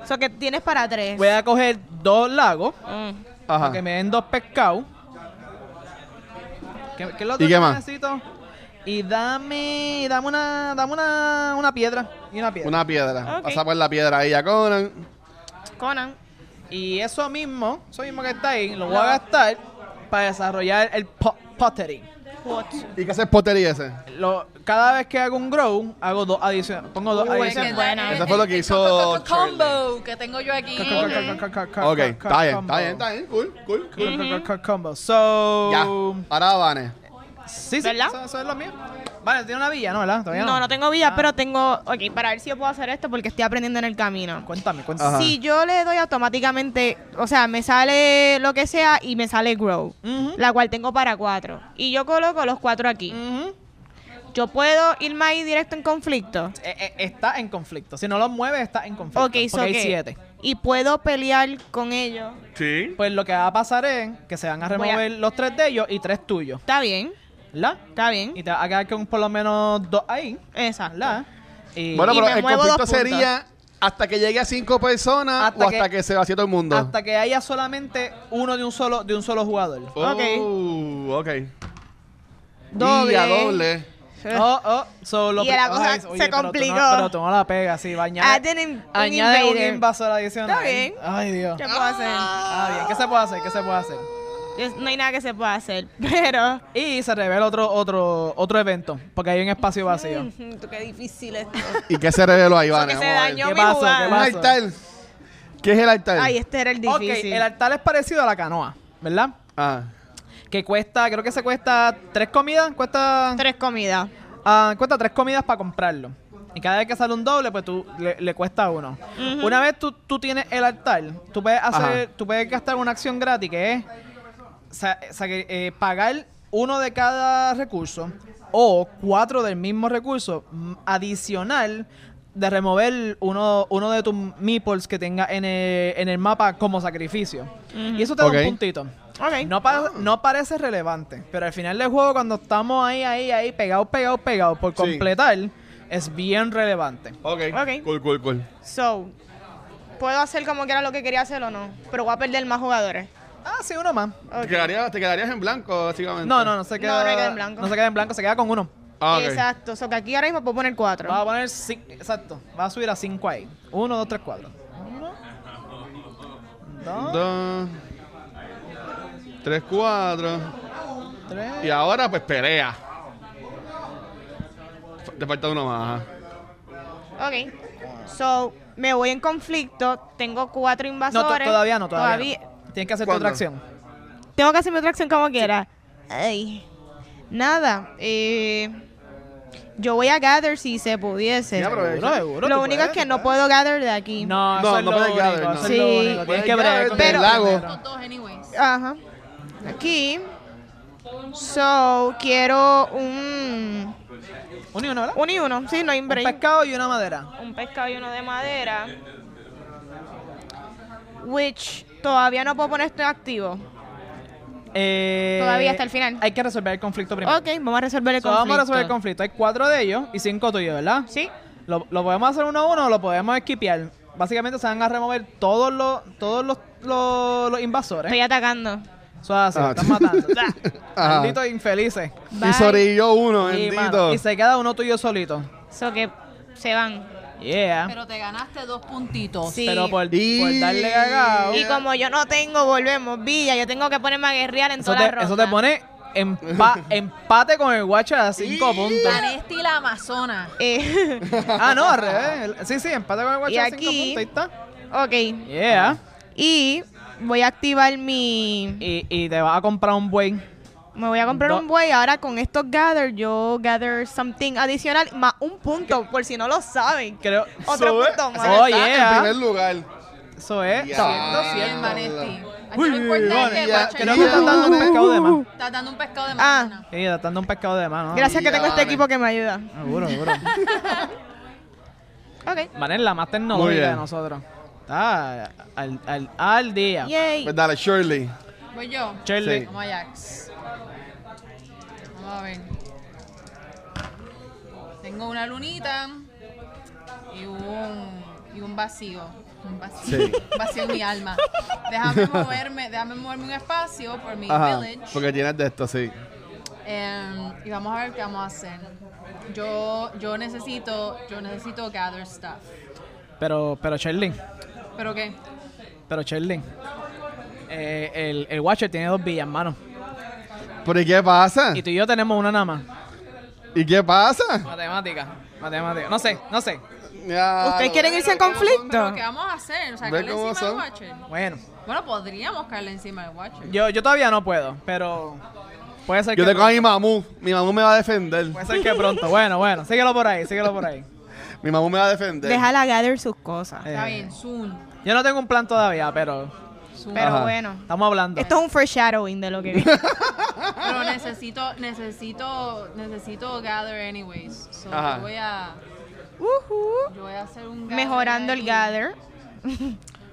S3: O sea, que tienes para tres.
S2: Voy a coger dos lagos.
S3: Mm.
S4: Ajá.
S2: Que me den dos pescados. ¿Qué, qué es lo otro
S4: qué
S2: que
S4: más?
S2: necesito? Y dame, dame una, dame una, una piedra y una piedra.
S4: Una piedra.
S3: Ok.
S4: Pasa por la piedra ahí a Conan.
S3: Conan.
S2: Y eso mismo, eso mismo que está ahí, lo voy a gastar para desarrollar el po- pottery.
S3: What?
S4: ¿Y qué haces potería ese?
S2: Lo- cada vez que hago un grow, hago dos adicionales. Pongo dos
S3: Uh, esa
S1: Que
S3: es
S2: adicionales.
S3: buena.
S1: el-
S4: Eso fue lo
S1: el-
S4: que
S1: el
S4: hizo
S1: co- co- co- combo que tengo yo aquí.
S2: Ca- ca- ca- ca- ca- ca-
S4: Ok,
S2: ca-
S4: está bien,
S2: combo.
S4: está bien, está bien. Cool, cool, cool.
S2: Ca- ca- ca- Combo. So.
S4: Ya. Ahora Vane.
S2: Sí, sí,
S3: ¿Verdad?
S2: Eso, eso es lo mío. Vale, tiene una villa, ¿no? ¿Verdad? Todavía no.
S3: No, no tengo
S2: Ah.
S3: vida, pero tengo. Ok, para ver si yo puedo hacer esto porque estoy aprendiendo en el camino.
S2: Cuéntame, cuéntame.
S4: Ajá.
S3: Si yo le doy automáticamente, o sea, me sale lo que sea y me sale grow,
S2: Ujú. Mm.
S3: la cual tengo para cuatro. Y yo coloco los cuatro aquí.
S2: Ujú.
S3: Yo puedo irme ahí directo en conflicto.
S2: Eh, eh, está en conflicto. Si no lo mueves, está en conflicto.
S3: Ok, so
S2: porque hay
S3: que-
S2: siete.
S3: Y puedo pelear con ellos.
S4: Sí.
S2: Pues lo que va a pasar es que se van a
S3: Voy a-
S2: remover los tres de ellos y tres tuyos.
S3: Está bien,
S2: ¿La?
S3: está bien.
S2: Y te va a quedar con por lo menos dos ahí.
S3: Exacto.
S2: ¿La? Y
S4: Bueno,
S3: Y
S4: pero
S3: me
S4: el
S3: muevo
S4: conflicto
S3: dos puntos.
S4: sería hasta que llegue a cinco personas
S2: Hasta
S4: o hasta que,
S2: que-
S4: se vacíe todo el mundo.
S2: hasta que haya solamente uno de un solo, de un solo jugador.
S4: Oh, ok.
S3: Doble.
S4: Y a doble.
S2: Oh, oh, solo
S3: Y la cosa se
S2: Pero tú,
S3: complicó.
S2: no, pero tú no la pegas, sí, va a añadir-
S3: Ah, tienen un
S2: añade un
S3: invader.
S2: invasor adicional.
S3: Está bien.
S2: Ay, Dios.
S3: ¿Qué puedo hacer?
S2: Ah, bien. ¿Qué se puede hacer? ¿Qué se puede hacer?
S3: Es- No hay nada que se pueda hacer, pero.
S2: Y se revela otro, otro, otro evento, porque hay un espacio vacío.
S3: Mm, tú, qué difícil esto.
S4: ¿Y qué se reveló ahí,
S3: Eso
S4: Vane?
S3: que se
S4: Vamos a ver.
S3: dañó
S2: ¿Qué
S3: mi
S2: pasó?
S3: jugada.
S2: ¿Qué
S4: Un
S2: pasó?
S4: altar. ¿Qué es el altar?
S3: Ay, este era el
S2: Ok,
S3: difícil.
S2: el altar es parecido a la canoa, ¿verdad?
S4: Ah.
S2: Que cuesta, creo que se cuesta tres comidas, cuesta,
S3: Tres comidas.
S2: ah, cuesta tres comidas para comprarlo. Y cada vez que sale un doble, pues tú le, le cuesta uno. Una vez tú, tú tienes el altar, tú puedes hacer,
S4: Ajá.
S2: tú puedes gastar una acción gratis que es sa- sa- que, eh, pagar uno de cada recurso o cuatro del mismo recurso mm, adicional de remover uno, uno de tus meeples que tenga en el, en el mapa como sacrificio. Y eso te da
S4: Ok.
S2: un puntito.
S3: Ok.
S2: No, pa- no parece relevante, pero al final del juego, cuando estamos ahí, ahí, ahí, pegados, pegados, pegados por
S4: Sí.
S2: completar, es bien relevante.
S4: Ok.
S3: Ok.
S4: Cool, cool, cool.
S3: So, ¿puedo hacer como que era lo que quería hacer o no? Pero voy a perder más jugadores.
S2: Ah, sí, uno más.
S3: Ok.
S4: Te, quedarías, te quedarías en blanco, básicamente.
S2: No, no, no se
S3: No,
S2: queda.
S3: no queda en blanco.
S2: no se queda en blanco, se queda con uno.
S4: Ah, ok.
S3: Exacto. So, que aquí ahora mismo puedo poner cuatro.
S2: Va a poner cinco, exacto, va a subir a cinco ahí. Uno, dos, tres, cuatro. Uno. Dos.
S4: Dos. 3, 4.
S2: Tres.
S4: Y ahora pues pelea. F- Te falta uno más. ajá.
S3: Ok. So, me voy en conflicto. Tengo cuatro
S2: No, to-
S3: invasores.
S2: todavía no, todavía. no. Tienes que hacer tu
S4: ¿Cuándo?
S2: otra acción.
S3: Tengo que hacerme otra acción como quiera. Ay. Nada. eh, yo voy a gather si se pudiese.
S4: Ya, pero-
S2: Seguro, seguro,
S3: lo
S2: tú
S3: único
S2: puedes,
S3: es que
S2: tú
S3: no
S2: puedes.
S3: puedo gather de aquí.
S2: No,
S4: No,
S2: eso es
S4: no
S2: lo
S4: puedes
S2: único,
S4: quedar,
S2: eso
S4: no.
S2: es lo
S3: Sí.
S2: único. Tienes
S4: Puedes
S2: que bregar
S4: quedar
S2: con
S4: del
S2: el
S4: lago.
S2: primero.
S1: Estos dos, anyways.
S3: Ajá. Aquí. So, quiero un.
S2: Uno y uno, ¿verdad?
S3: Un y uno. Sí, no hay
S2: Un
S3: break.
S2: pescado y una madera.
S3: un pescado y uno de madera. Which todavía no puedo poner esto activo.
S2: Eh,
S3: Todavía hasta el final.
S2: Hay que resolver el conflicto primero.
S3: Ok, vamos a resolver el
S2: So,
S3: conflicto.
S2: vamos a resolver el conflicto. Hay cuatro de ellos y cinco tuyos, ¿verdad?
S3: Sí.
S2: Lo, lo podemos hacer uno a uno o lo podemos esquipear. Básicamente se van a remover todos los, todos los, los, los invasores.
S3: Estoy atacando.
S2: Eso es así,
S4: Ah.
S2: están matando.
S4: Ajá.
S2: Malditos infelices.
S3: Bye.
S4: Y sobrevivió uno,
S2: Sí, mano,
S4: bendito.
S2: y se queda uno tuyo solito.
S3: So que se van.
S2: Yeah.
S1: Pero te ganaste dos puntitos.
S3: Sí.
S2: Pero por,
S4: Y-
S2: por darle cagao.
S3: Y como yo no tengo, volvemos, Villa, yo tengo que ponerme a guerrear en
S2: Eso
S3: toda la
S2: te,
S3: ronda.
S2: eso te pone empa- empate con el guacha a cinco puntos.
S1: La Nesti y la Amazona.
S3: Eh,
S2: Ah, no, al revés. Sí, sí, empate con el guacha
S3: Y
S2: a cinco
S3: aquí-
S2: puntos. Ahí está.
S3: ok.
S2: Yeah.
S3: Y voy a activar mi...
S2: Y, y te vas a comprar un buey.
S3: Me voy a comprar
S2: No.
S3: un buey. Ahora con estos gather, yo gather something adicional. Más un punto, por si no lo saben.
S2: Creo.
S3: Otro
S4: Sube.
S3: punto más.
S2: Oye,
S4: Está
S2: ah.
S4: en primer lugar.
S2: Eso es.
S4: Ya.
S2: Siendo
S4: Ah,
S1: Bien,
S2: cien.
S4: no.
S1: Vanesti. Aquí
S2: Uy,
S1: lo importante es
S2: vale,
S1: que
S4: ya,
S1: el guacho
S2: Creo que
S1: llega.
S2: estás dando un pescado de más.
S1: Estás dando un pescado de
S3: Ah.
S1: más.
S2: Sí, estás dando un pescado de más, ¿no? Ah,
S3: Gracias que
S4: Ya,
S3: tengo este
S4: vale.
S3: equipo que me ayuda.
S2: Seguro, seguro.
S3: Ok.
S2: Manel, la más
S4: Muy
S2: tecnológica
S4: bien.
S2: de nosotros. Está al, al, al día.
S3: Yay.
S4: Pues dale, Shirley.
S1: Voy yo.
S2: Shirley.
S4: Sí.
S1: Vamos a Jax. Vamos a ver. Tengo una lunita y un, y un vacío. Un vacío,
S4: Sí.
S1: un vacío en mi alma. Déjame moverme, déjame moverme un espacio por mi
S4: Ajá.
S1: village.
S4: Porque tienes de esto, sí.
S1: Em, y vamos a ver qué vamos a hacer. Yo, yo necesito, yo necesito gather stuff.
S2: Pero, pero Sherlyn,
S1: ¿Pero qué?
S2: pero Sherlyn. eh, el, el Watcher tiene dos villas, hermano.
S4: ¿Pero y qué pasa?
S2: Y tú y yo tenemos una nada más.
S4: ¿Y qué pasa?
S2: Matemática, matemática. No sé, no sé.
S3: ¿Ustedes quieren irse en
S1: ¿Pero
S3: conflicto?
S1: qué vamos a hacer? O sea,
S4: Ve
S1: ¿caerle
S4: cómo
S1: encima del
S4: son.
S1: Watcher?
S2: Bueno,
S1: Bueno, podríamos caerle encima del Watcher.
S2: yo, yo todavía no puedo, pero puede ser
S4: Yo
S2: que
S4: tengo a mi mamú. Mi mamú me va a defender.
S2: puede ser que pronto. Bueno, bueno, síguelo por ahí, síguelo por ahí.
S4: Mi mamú me va a defender.
S3: Déjala gather sus cosas.
S2: Eh,
S1: Está bien, soon.
S2: Yo no tengo un plan todavía, pero
S1: soon.
S3: Pero
S4: Ajá.
S3: bueno.
S2: estamos hablando.
S3: Esto es un foreshadowing de lo que viene.
S1: Pero necesito, necesito, necesito gather anyways. So
S4: Ajá.
S1: yo voy a,
S3: Ujú.
S1: yo voy a hacer un gather
S3: Mejorando el
S1: aquí.
S3: gather.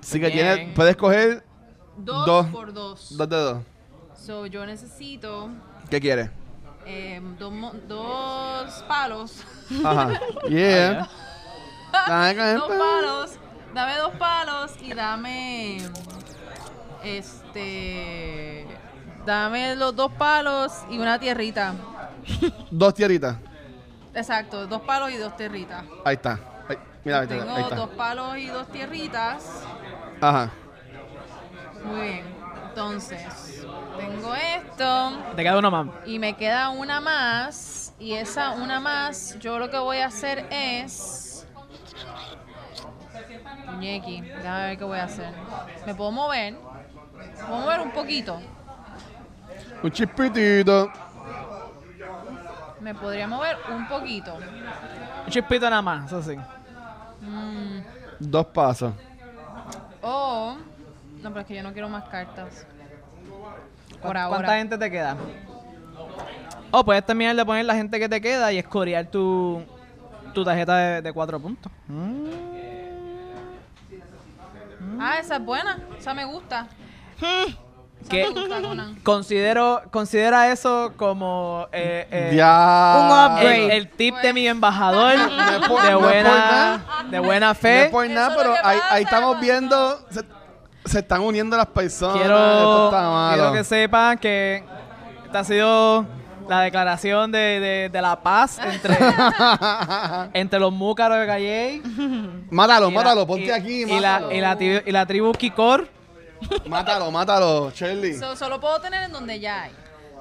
S4: Así que
S2: Bien.
S4: tienes, puedes coger
S1: Dos,
S4: Dos.
S1: por dos.
S4: dos de dos.
S1: So yo necesito
S4: ¿Qué quieres?
S1: eh, dos, mo- dos palos.
S4: Ajá.
S2: Eh,
S4: Yeah. Dame con el
S1: dos
S4: palo.
S1: palos. Dame dos palos y dame, este, dame los dos palos y una tierrita.
S4: Dos tierritas.
S1: Exacto, dos palos y dos tierritas.
S4: Ahí está. Ahí, mira, ahí está.
S1: Tengo
S4: Ahí está.
S1: dos palos y dos tierritas.
S4: Ajá.
S1: Muy bien. Entonces, tengo esto
S2: Te queda uno más.
S1: y me queda una más. Y esa una más, yo lo que voy a hacer es. Muñequi, déjame ver qué voy a hacer. Me puedo mover. Me Puedo mover un poquito.
S4: Un chispitito.
S1: Me podría mover un poquito.
S2: Un chispito nada más, eso sí.
S4: Dos pasos.
S1: Mm, O. No, pero es que yo no quiero más cartas. Por
S2: ¿Cuán-
S1: ahora.
S2: ¿Cuánta gente te queda? Oh, pues O puedes terminar de poner la gente que te queda y escorear tu, tu tarjeta de, de cuatro puntos.
S1: Ah, esa es buena. Esa me gusta. Esa
S2: ¿Qué?
S1: me gusta, Conan.
S2: Considero, considera eso como eh, eh,
S4: Ya.
S3: Un
S2: el,
S3: upgrade.
S2: el tip de mi embajador
S4: No es por- no es
S2: de,
S4: por
S2: buena,
S4: nada.
S2: de buena
S4: No
S2: fe.
S4: es por nada,
S1: Eso es
S4: pero
S1: lo que
S4: ahí,
S1: pasa
S4: ahí estamos
S1: cuando-
S4: viendo. Se, se están uniendo las personas. Esto
S2: Quiero,
S4: está malo.
S2: quiero que sepan que esta ha sido la declaración de, de- de la paz entre, entre los múcaros de Calle.
S4: Mátalo,
S2: Y la-
S4: mátalo, ponte
S2: y-
S4: aquí.
S2: Y la,
S4: mátalo.
S2: y la tri- y la tribu Kikor
S4: Mátalo, mátalo, Shirley.
S1: So, solo puedo tener en donde ya hay.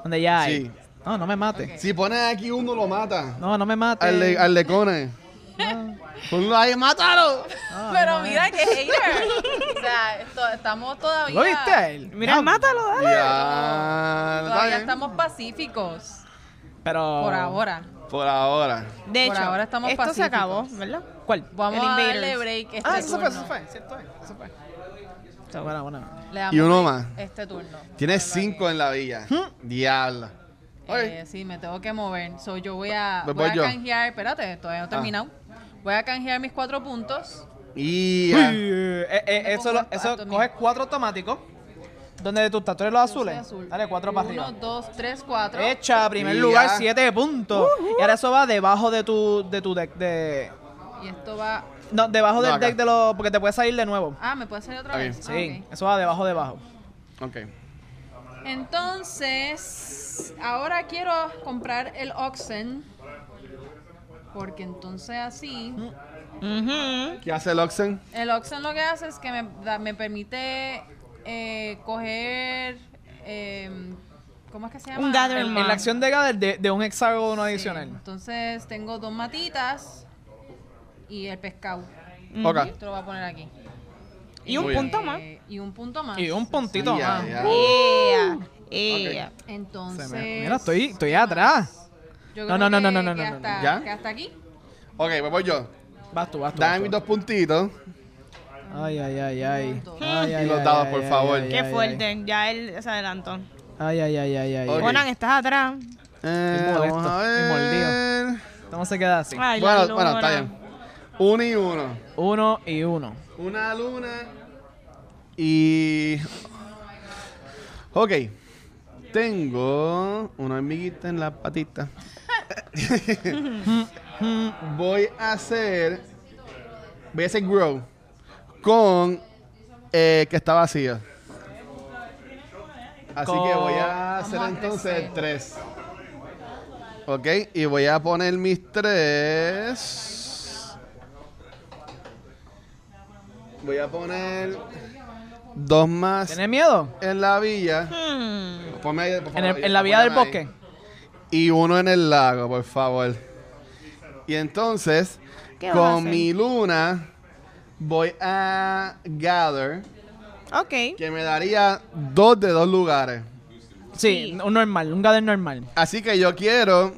S2: Donde ya hay.
S4: Sí.
S2: No, no me mate.
S1: Ok.
S4: Si pones aquí uno, lo mata.
S2: No, no me mate.
S4: Al, de, al de Cone. Ponlo ahí, mátalo.
S2: Ah,
S1: Pero
S2: no,
S1: mira que hater. o sea, esto- estamos todavía.
S2: ¿Lo viste a él?
S3: Mira,
S2: No,
S3: mátalo, dale.
S4: Ya, está
S1: Todavía
S4: bien.
S1: estamos pacíficos.
S2: Pero.
S1: Por ahora.
S4: Por ahora.
S3: De
S1: Por
S3: hecho,
S1: ahora estamos
S3: esto se
S1: pacíficos.
S3: acabó, ¿verdad?
S2: ¿Cuál?
S1: Vamos
S3: El
S1: a darle
S3: Invaders.
S1: break este
S2: Ah, eso se fue,
S1: turno.
S2: eso se fue, cierto es, eso se fue. Bueno, bueno.
S1: Le damos
S4: Y uno
S1: break
S4: más.
S1: Este turno.
S4: Tienes cinco en la villa. Diabla. Ok.
S1: Eh, sí, me tengo que mover. So, yo voy a,
S4: Me
S1: voy
S4: voy
S1: a
S4: yo. Ah.
S1: canjear. Espérate, todavía no he terminado. Voy a canjear mis cuatro puntos.
S4: Y
S2: Uy,
S4: ya.
S2: eh, eh, eso, lo- eso
S1: Pato,
S2: coges
S1: mira.
S2: cuatro automáticos. Donde tus tatuajes los
S1: Yo soy
S2: azules.
S1: azul.
S2: eh. Dale, cuatro para arriba.
S1: Uno, dos, tres, cuatro. Uh-huh.
S2: Hecha, primer
S4: Y
S2: lugar,
S4: ya.
S2: siete puntos. Y ahora eso va debajo de tu, de tu deck de.
S1: Y esto va.
S2: No, debajo
S4: No,
S2: del
S4: acá.
S2: deck de los. Porque te puede salir de nuevo.
S1: Ah, ¿me puede salir otra
S4: Ok.
S1: vez? Ah,
S2: Sí,
S1: ok.
S2: eso va debajo, debajo.
S4: Ok.
S1: Entonces, ahora quiero comprar el Oxen. Porque entonces así.
S3: Ujú.
S4: ¿Qué hace el Oxen?
S1: El Oxen lo que hace es que me, da- me permite eh, coger. em, ¿Cómo es que se llama?
S3: Un gathering
S1: El-
S2: En la acción de Gather, de, de un hexágono
S1: Ah. Sí,
S2: adicional.
S1: Entonces tengo dos matitas y el pescado.
S4: Ok.
S1: Y esto lo voy a poner aquí.
S3: Y un
S4: Muy bien.
S3: punto más.
S1: Eh, y un punto más.
S2: Y un puntito
S4: Ya,
S2: más.
S4: ya.
S3: Yeah, yeah.
S1: Entonces.
S2: Se me- mira, estoy- estoy atrás.
S1: Yo
S2: No,
S1: creo
S2: no, no, no,
S1: que-
S2: no, no,
S1: que
S2: no, no,
S1: hasta-
S4: no. ¿Ya?
S1: que hasta aquí.
S4: Ok, pues voy yo.
S2: Vas tú, vas tú. vas
S4: Dame
S2: tú.
S4: mis dos puntitos.
S2: Ay, ay, ay, ay.
S1: Dos.
S2: Ay, ay,
S4: Y los
S2: ay,
S4: dados,
S2: ay,
S4: por
S2: ay,
S4: favor.
S2: ay,
S3: Qué
S2: ay,
S3: fuerte. Ya él se adelantó.
S2: Ay, ay, ay, ay, ay.
S4: Ok.
S2: ay.
S3: Conan, estás atrás.
S4: Eh,
S2: molesto,
S4: vamos a
S2: y
S4: ver.
S2: ¿Cómo se queda
S1: Ah.
S2: así?
S3: Ay, la
S4: Bueno, bueno, está
S3: luna.
S4: bien. Uno y uno.
S2: Uno y uno.
S4: Una luna. Y. Ok. Tengo una hormiguita en la patita. voy a hacer. Voy a hacer grow. Con. eh, que está vacío. Así que voy a hacer
S1: Vamos a
S4: entonces
S1: crecer.
S4: tres. Ok, y voy a poner mis tres. Voy a poner dos más
S2: ¿Tienes miedo?
S4: en la villa.
S3: Hmm.
S4: Ponme ahí, por favor,
S2: En, el-
S4: ahí,
S2: en la vía del
S4: ponme ahí.
S2: bosque.
S4: Y uno en el lago, por favor. Y entonces,
S3: ¿Qué vas a
S4: con
S3: hacer?
S4: mi luna, voy a gather,
S3: Ok.
S4: que me daría dos de dos lugares.
S2: Sí,
S3: Sí.
S2: un normal, un gather normal.
S4: Así que yo quiero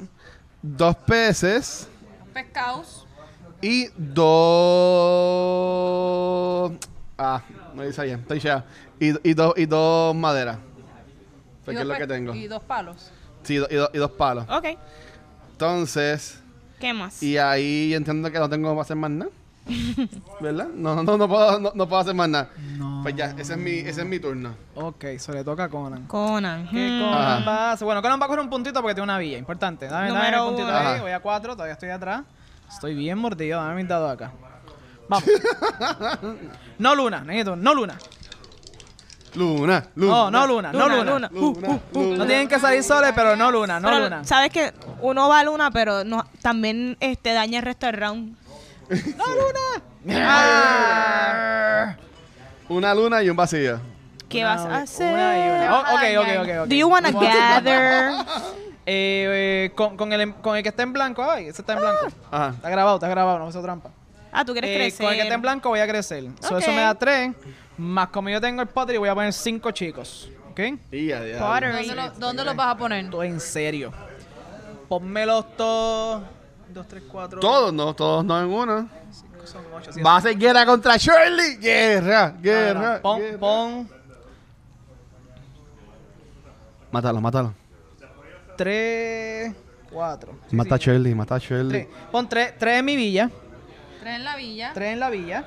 S4: dos peces
S1: Pescados.
S4: y dos... Ah, no dice bien, estoy ya. Y, y dos y dos maderas.
S1: y
S4: Porque
S1: dos
S4: es lo
S1: pe-
S4: que tengo.
S1: Y dos palos.
S4: Sí, do- y, do- y dos palos.
S3: Ok.
S4: Entonces,
S3: ¿Qué más?
S4: y ahí entiendo que no tengo para hacer más nada. ¿Verdad? No, no, no puedo, no, no puedo hacer más nada.
S2: No.
S4: Pues ya, ese es mi, ese es mi turno.
S2: Ok, se le toca a Conan.
S3: Conan.
S2: ¿Qué
S3: hmm.
S2: Conan
S4: Ajá.
S2: va a hacer? Bueno, Conan va a coger un puntito porque tiene una villa. Importante. Dame, dame el
S3: Número
S2: puntito
S3: uno.
S2: ahí.
S4: Ajá.
S2: Voy a cuatro, todavía estoy atrás. Estoy bien mordido. Dame mis dados acá. Vamos. no luna, necesito. No luna.
S4: Luna, luna.
S2: No, no luna, no
S3: Luna,
S2: luna.
S3: luna.
S4: Luna, luna.
S2: No tienen que salir soles, pero no luna, no
S3: Pero,
S2: luna.
S3: Sabes que uno va a luna, pero no, también este, daña el resto del round.
S4: Ah.
S2: Ah.
S4: Una luna y un vacío.
S3: ¿Qué
S2: Una
S3: vas
S2: y-
S3: a hacer?
S2: una y
S1: vas
S2: una.
S1: a
S2: Oh, ok,
S1: dañar.
S2: ok, ok, ok.
S3: Do you wanna gather?
S2: Eh, eh, con, con el, con el que está en blanco, ay, ese está en blanco.
S4: Ajá.
S2: Está grabado, está grabado, no hizo trampa.
S3: Ah, tú Ah. quieres
S2: Eh,
S3: crecer.
S2: Con el que está en blanco voy a crecer. So, eso
S3: Ok.
S2: me da 3. Más como yo tengo el pottery, voy a poner 5 chicos. ¿Ok?
S4: Y ya, ya.
S3: Potter.
S1: ¿Dónde, lo- dónde los vas a poner?
S2: Todo en serio. Ponmelos todos. 2, 3, 4.
S4: Todos, no, todos no en una.
S2: Son 8,
S4: Va a ser guerra contra Shirley. Guerra, guerra.
S2: Pon,
S4: guerra.
S2: pon
S4: Mátalo, mátalo.
S2: 3, 4.
S4: mata a Shirley, mata a Shirley.
S2: Pon 3 en mi villa.
S1: Tres en la villa.
S2: 3 en la villa.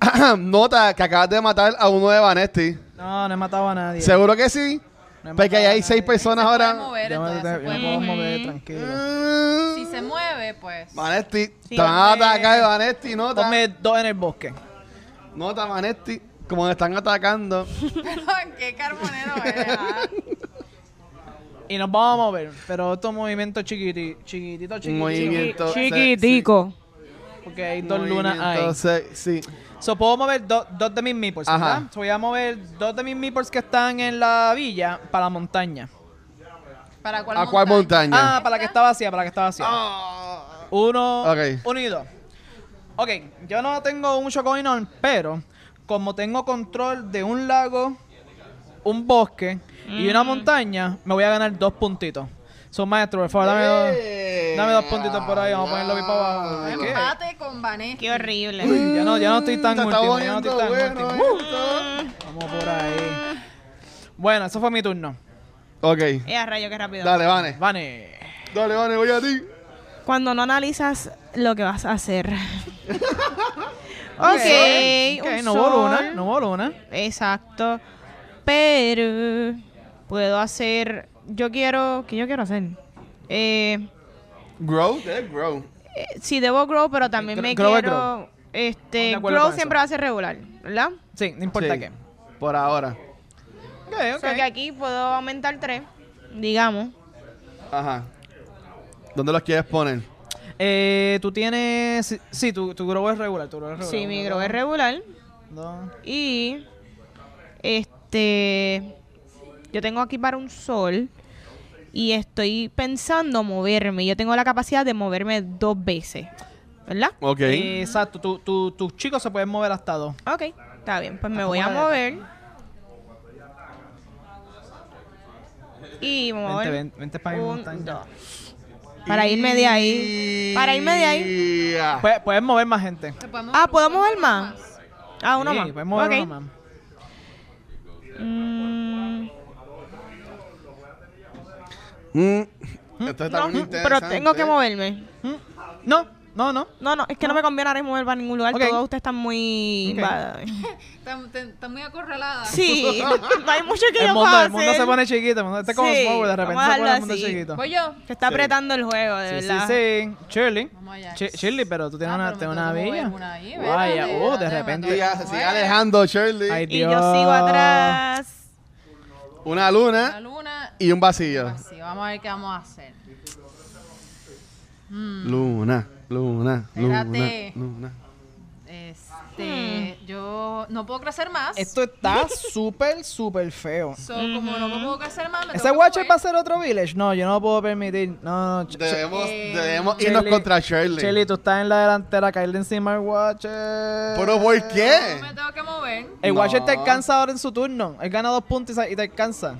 S4: Nota que acabas de matar a uno de Vanesti.
S2: No, no he matado a nadie.
S4: Seguro que sí.
S2: No he
S4: Porque ahí
S2: matado a
S4: hay seis
S2: nadie.
S4: personas
S1: Se puede
S4: ahora.
S1: mover,
S2: Yo me,
S1: entonces, se
S2: yo me
S1: puede
S2: puedo
S1: mover.
S2: mover,
S4: eh.
S2: tranquilo.
S1: Si se mueve, pues.
S4: Mm. Vanesti,
S3: Sí,
S4: te van a
S3: hombre.
S4: atacar, Vanesti. Nota,
S2: Ponme 2 en el bosque.
S4: nota, Vanesti. Como me están atacando.
S1: Qué carbonero eres. ah.
S2: Y nos vamos a mover. Pero estos movimientos chiquititos, chiquititos,
S4: Un
S2: chiquititos.
S4: movimiento.
S3: Chiquitico.
S2: Porque hay dos lunas ahí.
S4: Entonces, sí.
S2: So, puedo mover do- dos de mis meeples, ¿verdad?
S4: Ajá.
S2: So, voy a mover dos de mis meeples que están en la villa para la montaña.
S1: ¿Para cuál
S4: ¿A cuál montaña?
S2: Ah, para la que está vacía, para la que está vacía. Uno,
S4: Ah. Ok.
S2: uno y dos. Ok, yo no tengo mucho going on, pero como tengo control de un lago, un bosque y
S3: Mm.
S2: una montaña, me voy a ganar dos puntitos. Son maestro, por favor, dame
S4: Eh.
S2: dos. dame dos puntitos por ahí, vamos a ponerlo ahí para abajo.
S4: Ay,
S2: ¿Qué?
S1: Empate con Vanes.
S3: Qué horrible.
S2: Uy, ya no, ya no estoy tan
S4: Te Mm. está
S2: último, ya no estoy
S4: poniendo
S2: tan
S4: bueno ¿eh?
S2: último. Uh,
S4: esto.
S2: Vamos por ahí. Bueno, eso fue mi turno.
S4: Ok.
S3: Eh, a rayo, qué rápido.
S4: Dale, Vane.
S2: Vane.
S4: Dale, Vane, voy a ti.
S3: Cuando no analizas lo que vas a hacer. ok,
S2: Ok,
S3: un
S2: no hubo
S3: sol.
S2: luna, no hubo luna.
S3: Exacto. Pero puedo hacer. Yo quiero. ¿Qué yo quiero hacer? Eh,
S4: Grow, debe grow.
S3: eh, sí, debo grow, pero también
S2: Gr-
S3: me
S2: grow es
S3: quiero.
S2: grow.
S3: Este,
S2: De acuerdo
S3: grow
S2: con
S3: siempre
S2: eso.
S3: va a ser regular, ¿verdad?
S2: Sí, no importa
S4: Sí,
S2: qué.
S4: Por ahora.
S2: Ok,
S3: O sea que
S2: ok.
S3: aquí puedo aumentar tres, digamos.
S4: Ajá. ¿Dónde los quieres poner?
S2: Eh, tú tienes... Sí, tu, tu grow es regular, tu grow es regular.
S3: Sí, mi grow es regular.
S2: Dos.
S3: Y este yo tengo aquí para un sol y estoy pensando moverme. Yo tengo la capacidad de moverme dos veces. ¿Verdad?
S4: Ok.
S2: Eh, Exacto, tu- tu- tus chicos se pueden mover hasta dos.
S3: Ok, está bien. Pues me
S2: Está
S3: voy a
S2: como
S3: mover. Y me voy a
S2: Vente,
S3: mover
S2: ven- vente para mi
S3: un,
S2: montaña.
S3: dos. Para irme de ahí. Para irme de ahí. Pues,
S4: Ya.
S2: Puedes, puedes mover más gente.
S1: Te podemos-
S3: Ah, ¿puedo
S1: podemos
S3: mover más? Ah, uno
S2: Sí,
S3: más.
S2: Puedes mover
S3: Ok.
S2: uno más.
S3: Mm,
S4: Mm. Esto está
S3: no,
S4: muy
S3: pero
S4: interesante.
S3: tengo que moverme.
S2: ¿Mm? No, no, no.
S3: No, no, es que no, me conviene ahora mismo mover para ningún lugar.
S2: Ah. Ok.
S3: Todos ustedes están muy.
S2: Ok.
S3: va-
S1: Está- te- Está muy acorralada.
S3: Sí, no hay mucho que
S2: El
S3: yo
S2: mundo,
S3: pueda
S2: el mundo
S3: hacer.
S2: se pone chiquito. el mundo- Este es como
S3: Sí,
S2: Smallwood, de
S3: vamos
S2: repente se
S3: a
S2: pone el
S3: dejarlo
S2: mundo
S3: así.
S2: chiquito.
S1: Voy yo.
S3: Se está
S4: Sí.
S3: apretando el juego, de
S2: Sí, sí,
S3: verdad.
S2: sí. Shirley.
S1: Vamos allá.
S2: Chi- Shirley, pero tú tienes
S1: Ah,
S2: una,
S1: pero me
S2: tienes una
S1: tengo que mover
S2: villa.
S1: una ahí,
S2: Vaya,
S1: espérate,
S2: oh, de
S1: espérate,
S2: repente.
S1: me
S4: Y
S1: tengo
S4: ya
S1: que
S4: se sigue
S1: mover.
S4: alejando, Shirley.
S2: Ay,
S3: Y yo sigo atrás.
S4: Una
S1: La
S4: luna
S1: luna.
S4: y un vacío.
S1: Así, vamos a ver qué vamos a hacer.
S4: Luna, luna, luna,
S1: Espérate.
S4: luna.
S3: Hmm.
S1: Este, yo no puedo crecer más.
S2: Esto está súper, súper feo.
S1: So, como no puedo crecer más, me
S2: ¿Ese
S1: tengo que
S2: Watcher
S1: mover.
S2: va a ser otro village? No, yo no lo puedo permitir. No, no. Ch-
S4: Debemos,
S1: Eh,
S4: debemos
S2: Ch-
S4: irnos
S2: Shirley-
S4: contra Shirley.
S2: Shirley, tú estás en la delantera, caerle encima al Watcher.
S4: ¿Pero por qué?
S1: Yo me tengo que mover.
S2: El Watcher te
S4: No.
S2: alcanza ahora en su turno. Él gana dos puntos y sa- y te alcanza.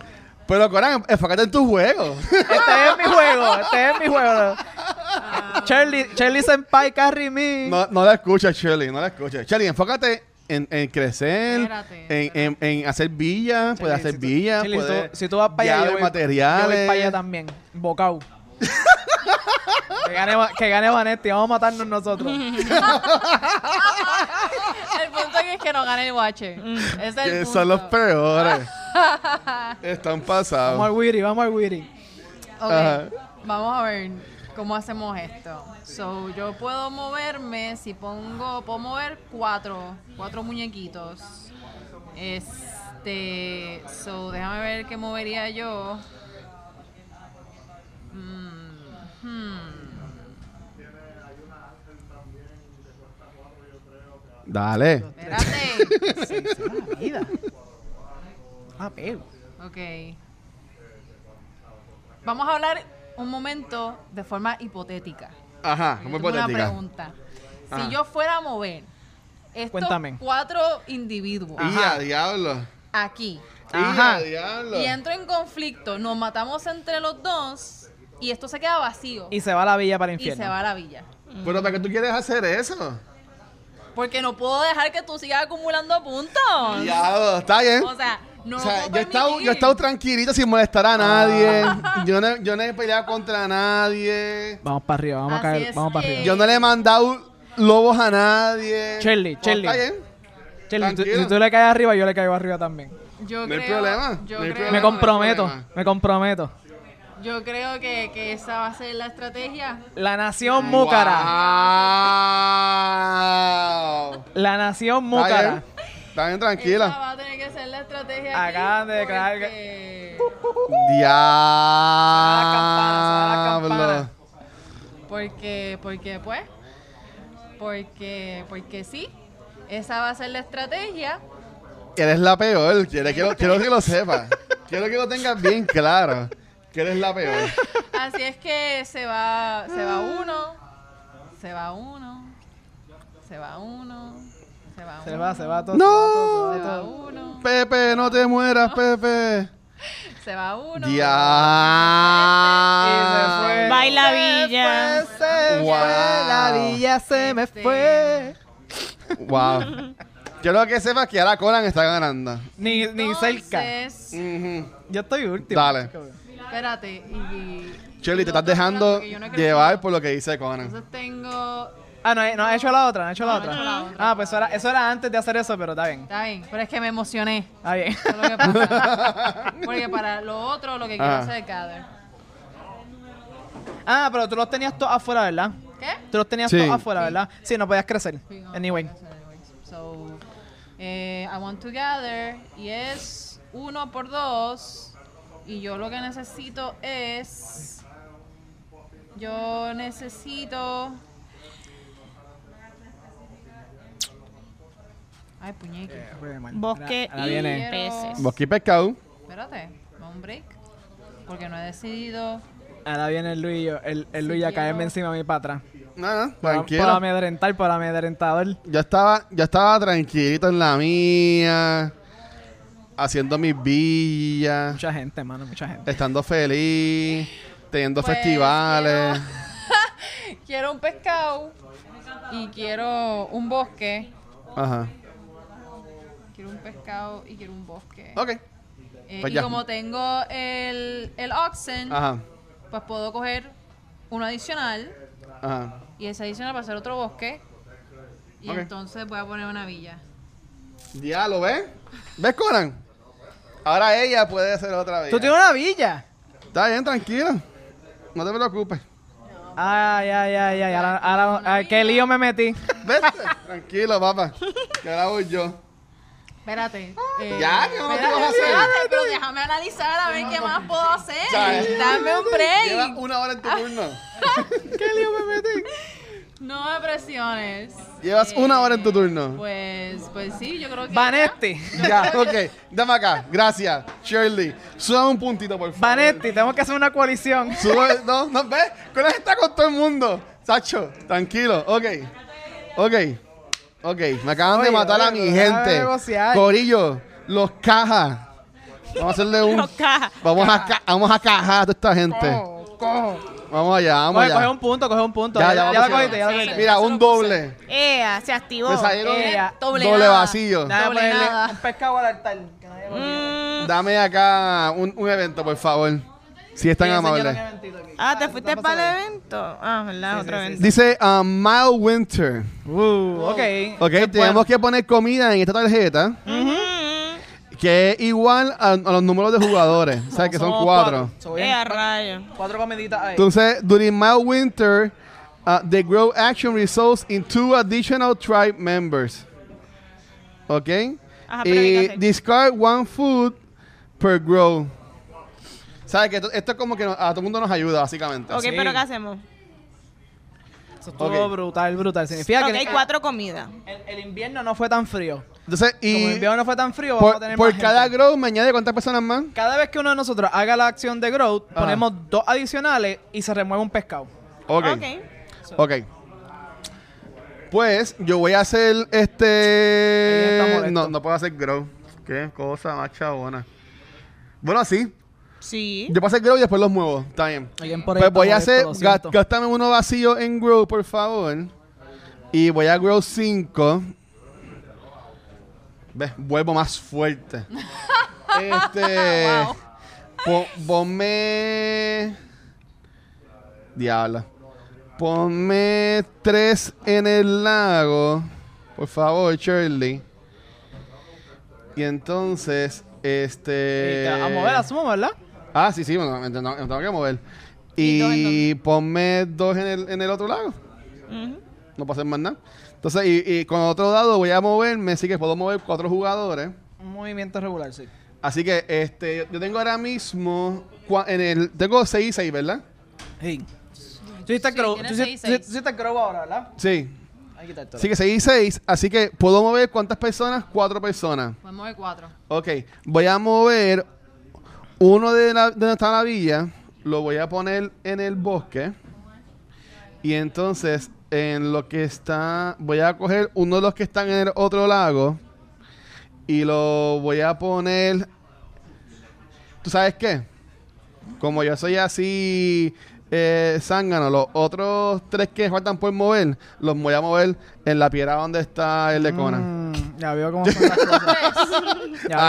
S4: Pero Coran, enfócate en tu juego.
S2: Este es mi juego, este es mi juego. Ah. Shirley, Shirley Senpai, carry me.
S4: No, no la escuchas, Shirley, no la escuchas. Shirley, enfócate en, en crecer,
S1: Espérate,
S4: en- en, en hacer villa, puedes
S2: Shirley,
S4: hacer
S2: si tú-
S4: villa,
S2: Shirley, si
S4: puedes
S2: tú- si tú vas para allá,
S4: llaves,
S2: yo voy,
S4: materiales.
S2: yo voy para allá también. Bocao. que gane, Va- que gane Vanetti, vamos a matarnos nosotros.
S1: El punto aquí es que no gane el Watcher. Ese es el
S4: que
S1: punto.
S4: son los peores. Están
S2: Vamos al
S4: pasados.
S2: Weary, vamos al Weary.
S1: Ok,
S4: Ajá.
S1: Vamos a ver cómo hacemos esto. So, yo puedo moverme, si pongo, puedo mover cuatro, cuatro muñequitos. Este, so, déjame ver qué movería yo. Mm, hmm.
S4: Dale.
S1: Espérate.
S2: La vida. Ah, pero.
S1: Ok. Vamos a hablar un momento de forma hipotética.
S4: Ajá,
S1: Yo
S4: muy
S1: tengo una
S4: hipotética.
S1: pregunta.
S4: Ajá.
S1: Si yo fuera a mover estos
S2: Cuéntame.
S1: cuatro individuos
S4: Y a diablo.
S1: aquí
S4: Y a diablo.
S1: y entro en conflicto, nos matamos entre los dos y esto se queda vacío
S2: Y se va a la villa para el
S1: y
S2: infierno.
S1: se va a la villa.
S4: Pero ¿para qué tú quieres hacer eso?
S1: Porque no puedo dejar que tú sigas acumulando puntos.
S4: Diablo, está bien.
S1: O sea, no
S4: O
S1: lo
S4: sea,
S1: puedo
S4: yo he, estado, yo he
S1: permitir.
S4: estado tranquilito sin molestar a nadie. Yo, no, yo no he peleado contra nadie.
S2: Vamos para arriba, vamos a
S1: Así
S2: caer,
S1: es
S2: vamos para
S1: que-
S2: arriba.
S4: Yo no le he mandado lobos a nadie.
S2: Shirley,
S4: Pues,
S2: Shirley.
S4: Está bien.
S2: Shirley, tú-
S4: tranquilo.
S2: si tú le caes arriba, yo le caigo arriba también.
S1: Yo
S4: No hay
S1: creo-
S4: problema,
S1: yo
S4: no hay
S1: creo-
S4: problema.
S2: Me comprometo,
S4: problema.
S2: me comprometo.
S1: Yo creo que, que esa va a ser la estrategia.
S2: La nación múcara.
S4: Wow.
S2: La nación
S4: Está
S2: múcara.
S4: bien. Está bien,
S1: Esa
S4: tranquila.
S1: va a tener que ser la estrategia. aquí,
S2: Acaban de declarar
S1: porque-
S2: Suena la campana, suena la
S4: Diablo.
S2: campana.
S1: Porque, porque pues, Porque, porque sí, esa va a ser la estrategia.
S4: Eres la peor. Quiero, quiero, quiero que lo sepas. Quiero que lo tengas bien claro. Que eres la peor.
S1: Así es que se va, se va uno, se va uno, se va uno, se va uno.
S2: Se va, se va todo.
S4: ¡No!
S2: se va todo, se
S1: se
S2: va
S1: va
S2: todo.
S1: uno,
S4: Pepe, no te mueras, Pepe.
S1: se va uno.
S4: Ya.
S2: Y se fue.
S3: Baila
S2: Se
S3: Villa.
S2: fue, se
S4: Wow.
S2: fue, la villa se me
S1: Este-
S2: fue.
S4: Wow. Quiero que sepas que ahora Conan está ganando.
S2: Ni, ni cerca.
S1: Entonces,
S4: Ujú.
S2: Yo estoy último.
S4: Dale.
S2: cabrón.
S1: Espérate, y...
S4: Shirley, te
S1: lo estoy
S4: estás
S1: mirando
S4: dejando
S1: porque yo no he crecido.
S4: llevar por lo que dice Conan.
S1: Entonces tengo...
S2: Ah, no, eh, no, he hecho la otra, no he hecho la
S1: No, no he
S2: otra.
S1: hecho la otra.
S2: Ah, pues eso era, eso era antes de hacer eso, pero está bien.
S1: Está bien, pero es que me emocioné.
S2: Está bien.
S1: Eso es lo que pasa. Porque para lo otro, lo que quiero
S4: Ajá.
S1: hacer es gather.
S2: Ah, pero tú los tenías todos afuera, ¿verdad?
S1: ¿Qué?
S2: Tú los tenías
S4: Sí.
S2: todos afuera, ¿verdad? Sí, no podías crecer.
S1: We gonna
S2: Anyway.
S1: do this anyways. So, eh, I want to gather y es uno por dos y yo lo que necesito es yo necesito Ay,
S2: Eh,
S1: puñeque.
S3: Bosque
S2: Ahora
S3: y
S2: viene.
S3: peces.
S4: Bosque y pescado.
S1: Espérate, vamos a un break porque no he decidido.
S2: Ahora viene el Luis y yo. El, el
S1: Sí,
S2: Luis a caerme
S1: quiero.
S2: encima de mi para atrás.
S4: Nada,
S2: Por
S4: tranquilo.
S2: amedrentar, por amedrentador.
S4: Yo estaba, yo estaba tranquilito en la mía, haciendo mis villas,
S2: Mucha gente, mano, mucha gente.
S4: estando feliz, teniendo
S1: Pues,
S4: festivales.
S1: Quiero un pescado y quiero un bosque.
S4: Ajá.
S1: Quiero un pescado y quiero un bosque.
S4: Ok.
S1: Eh,
S4: Pues
S1: y
S4: ya.
S1: como tengo el, el Oxen,
S4: Ajá.
S1: pues puedo coger uno adicional
S4: Ajá.
S1: y ese adicional va a ser otro bosque. Y
S4: Ok.
S1: entonces voy a poner una villa.
S4: Ya, ¿lo ves? ¿Ves, Conan? Ahora ella puede hacer otra vez.
S2: ¡Tú tienes una villa!
S4: Está bien, tranquila. No te preocupes.
S2: Ay, ay, ay, ay. Ahora, ahora- ay, qué lío me metí.
S4: Vete. Tranquilo, papá. Que ahora voy yo.
S1: Espérate. eh,
S4: Ya, ¿qué más tú
S1: espérate,
S4: vas a hacer?
S1: espérate, pero déjame analizar a ver qué más puedo hacer.
S4: ¿Sabes?
S1: Dame un
S4: eh. Lleva
S1: break.
S4: una hora en tu turno.
S2: ¡Qué lío me metí!
S1: No me presiones. Eh,
S4: Llevas una hora en tu turno.
S1: Pues, pues sí, yo creo que.
S2: Vanetti.
S4: Ya, ok. Dame acá. Gracias, Shirley. Sube un puntito, por favor.
S2: Vanetti, tenemos que hacer una coalición.
S4: Sube, no, no, ves. Conan está con todo el mundo. Sacho, tranquilo. Ok. Ok. Ok. Me acaban de
S2: Oye,
S4: matar a
S2: oye,
S4: mi
S2: pero déjame
S4: gente.
S2: negociar.
S4: Corillo, los cajas. Vamos a hacerle un.
S3: Los cajas.
S4: Vamos a, ca- vamos a cajar a toda esta gente. Vamos allá, vamos
S2: Coge,
S4: allá.
S2: coge un punto, coge un punto.
S4: Ya,
S2: Ya,
S4: ya,
S2: ya,
S4: vamos
S2: lo
S4: a-
S2: cogiste, ya lo cogiste.
S4: Mira, un doble.
S3: Ea, se activó.
S2: Pues
S4: Me salieron
S2: Ella.
S4: doble,
S1: Doble nada.
S4: vacío.
S2: Déjame
S1: Doble
S2: ponerle
S1: nada.
S2: pues, un pescado al altar. que nadie lo vio.
S3: Mm,
S4: Dame acá un, un evento, por favor. Si es tan
S2: Sí, enseñaron
S4: amable.
S2: un eventito aquí.
S3: Ah, ¿te fuiste
S2: Está
S3: para el
S2: pasando.
S3: evento? Ah, ¿verdad?
S2: Sí,
S3: Otro
S2: sí, sí,
S3: evento.
S4: Dice ah, Mild Winter.
S2: Uh, ok.
S4: Ok,
S2: Qué
S4: tenemos
S2: bueno.
S4: que poner comida en esta tarjeta.
S3: Mm,
S4: Que es igual a, a los números de jugadores. o sea, que son
S2: Somos
S4: cuatro.
S2: So, bien,
S3: Ea, rayo.
S2: Cuatro comiditas ahí.
S4: Entonces, during Mild Winter, ah, the grow action results in two additional tribe members. Ok.
S3: Ajá, pero ¿qué
S4: y
S3: hace?
S4: discard one food per grow. ¿Sabes que esto, esto es como que nos- a todo el mundo nos ayuda, básicamente.
S3: Ok,
S2: Sí.
S3: pero ¿qué hacemos?
S2: Eso estuvo
S4: Ok.
S2: brutal, brutal. Significa
S3: Ok,
S2: que el-
S3: cuatro comidas.
S2: el, el invierno no fue tan frío.
S4: Entonces, y.
S2: Como el invierno no fue tan frío, vamos a
S4: Por,
S2: tener
S4: por
S2: más
S4: cada
S2: gente.
S4: grow me añade cuántas personas más.
S2: Cada vez que uno de nosotros haga la acción de growth,
S4: Ajá.
S2: ponemos dos adicionales y se remueve un pescado.
S4: Ok.
S3: Ok.
S4: Ok. Pues yo voy a hacer este.
S2: Alguien está molesto.
S4: No, no puedo hacer grow. Qué cosa más chabona. Bueno, sí.
S3: Sí.
S4: Yo puedo hacer grow y después los muevo. Está bien.
S2: Alguien por ahí
S4: Pues
S2: está
S4: voy a
S2: molesto,
S4: hacer.
S2: lo
S4: ga-
S2: siento.
S4: Gástame uno vacío en grow, por favor. Y voy a grow 5. ¿Ves? Vuelvo más fuerte. este. po- ponme. Diabla. Ponme 3 en el lago. Por favor, Shirley. Y entonces,
S2: Y
S4: este.
S2: te vas a mover, asumo, ¿verdad?
S4: Ah, sí, sí, bueno, me, te- no, me tengo que mover.
S3: ¿Y dos en
S4: Y ponme dos en el, en el otro lado.
S3: Ujú.
S4: No pasa más nada. Entonces, y, y con otro dado voy a moverme, así que puedo mover cuatro jugadores.
S2: Un movimiento regular, sí.
S4: Así que este, yo tengo ahora mismo. cua- En el, tengo seis y seis, ¿verdad?
S2: Sí. Tú hiciste
S1: Sí,
S2: grow, tú
S1: tienes
S2: hiciste-
S1: seis,
S2: tú hiciste-
S1: seis.
S2: tú hiciste grow ahora, ¿verdad?
S4: Sí.
S2: Hay que quitártelo.
S4: Así que 6 y 6. Así que puedo mover cuántas personas? Cuatro personas.
S1: Podemos mover Pues cuatro.
S4: Ok, voy a mover uno de la, de donde está la villa, lo voy a poner en el bosque. Y entonces, en lo que está, voy a coger uno de los que están en el otro lago y lo voy a poner. ¿Tú sabes qué? Como yo soy así eh, zángano, los otros tres que faltan por mover, los voy a mover en la piedra donde está el de Conan.
S2: Mm, ya veo cómo son las cosas. Ya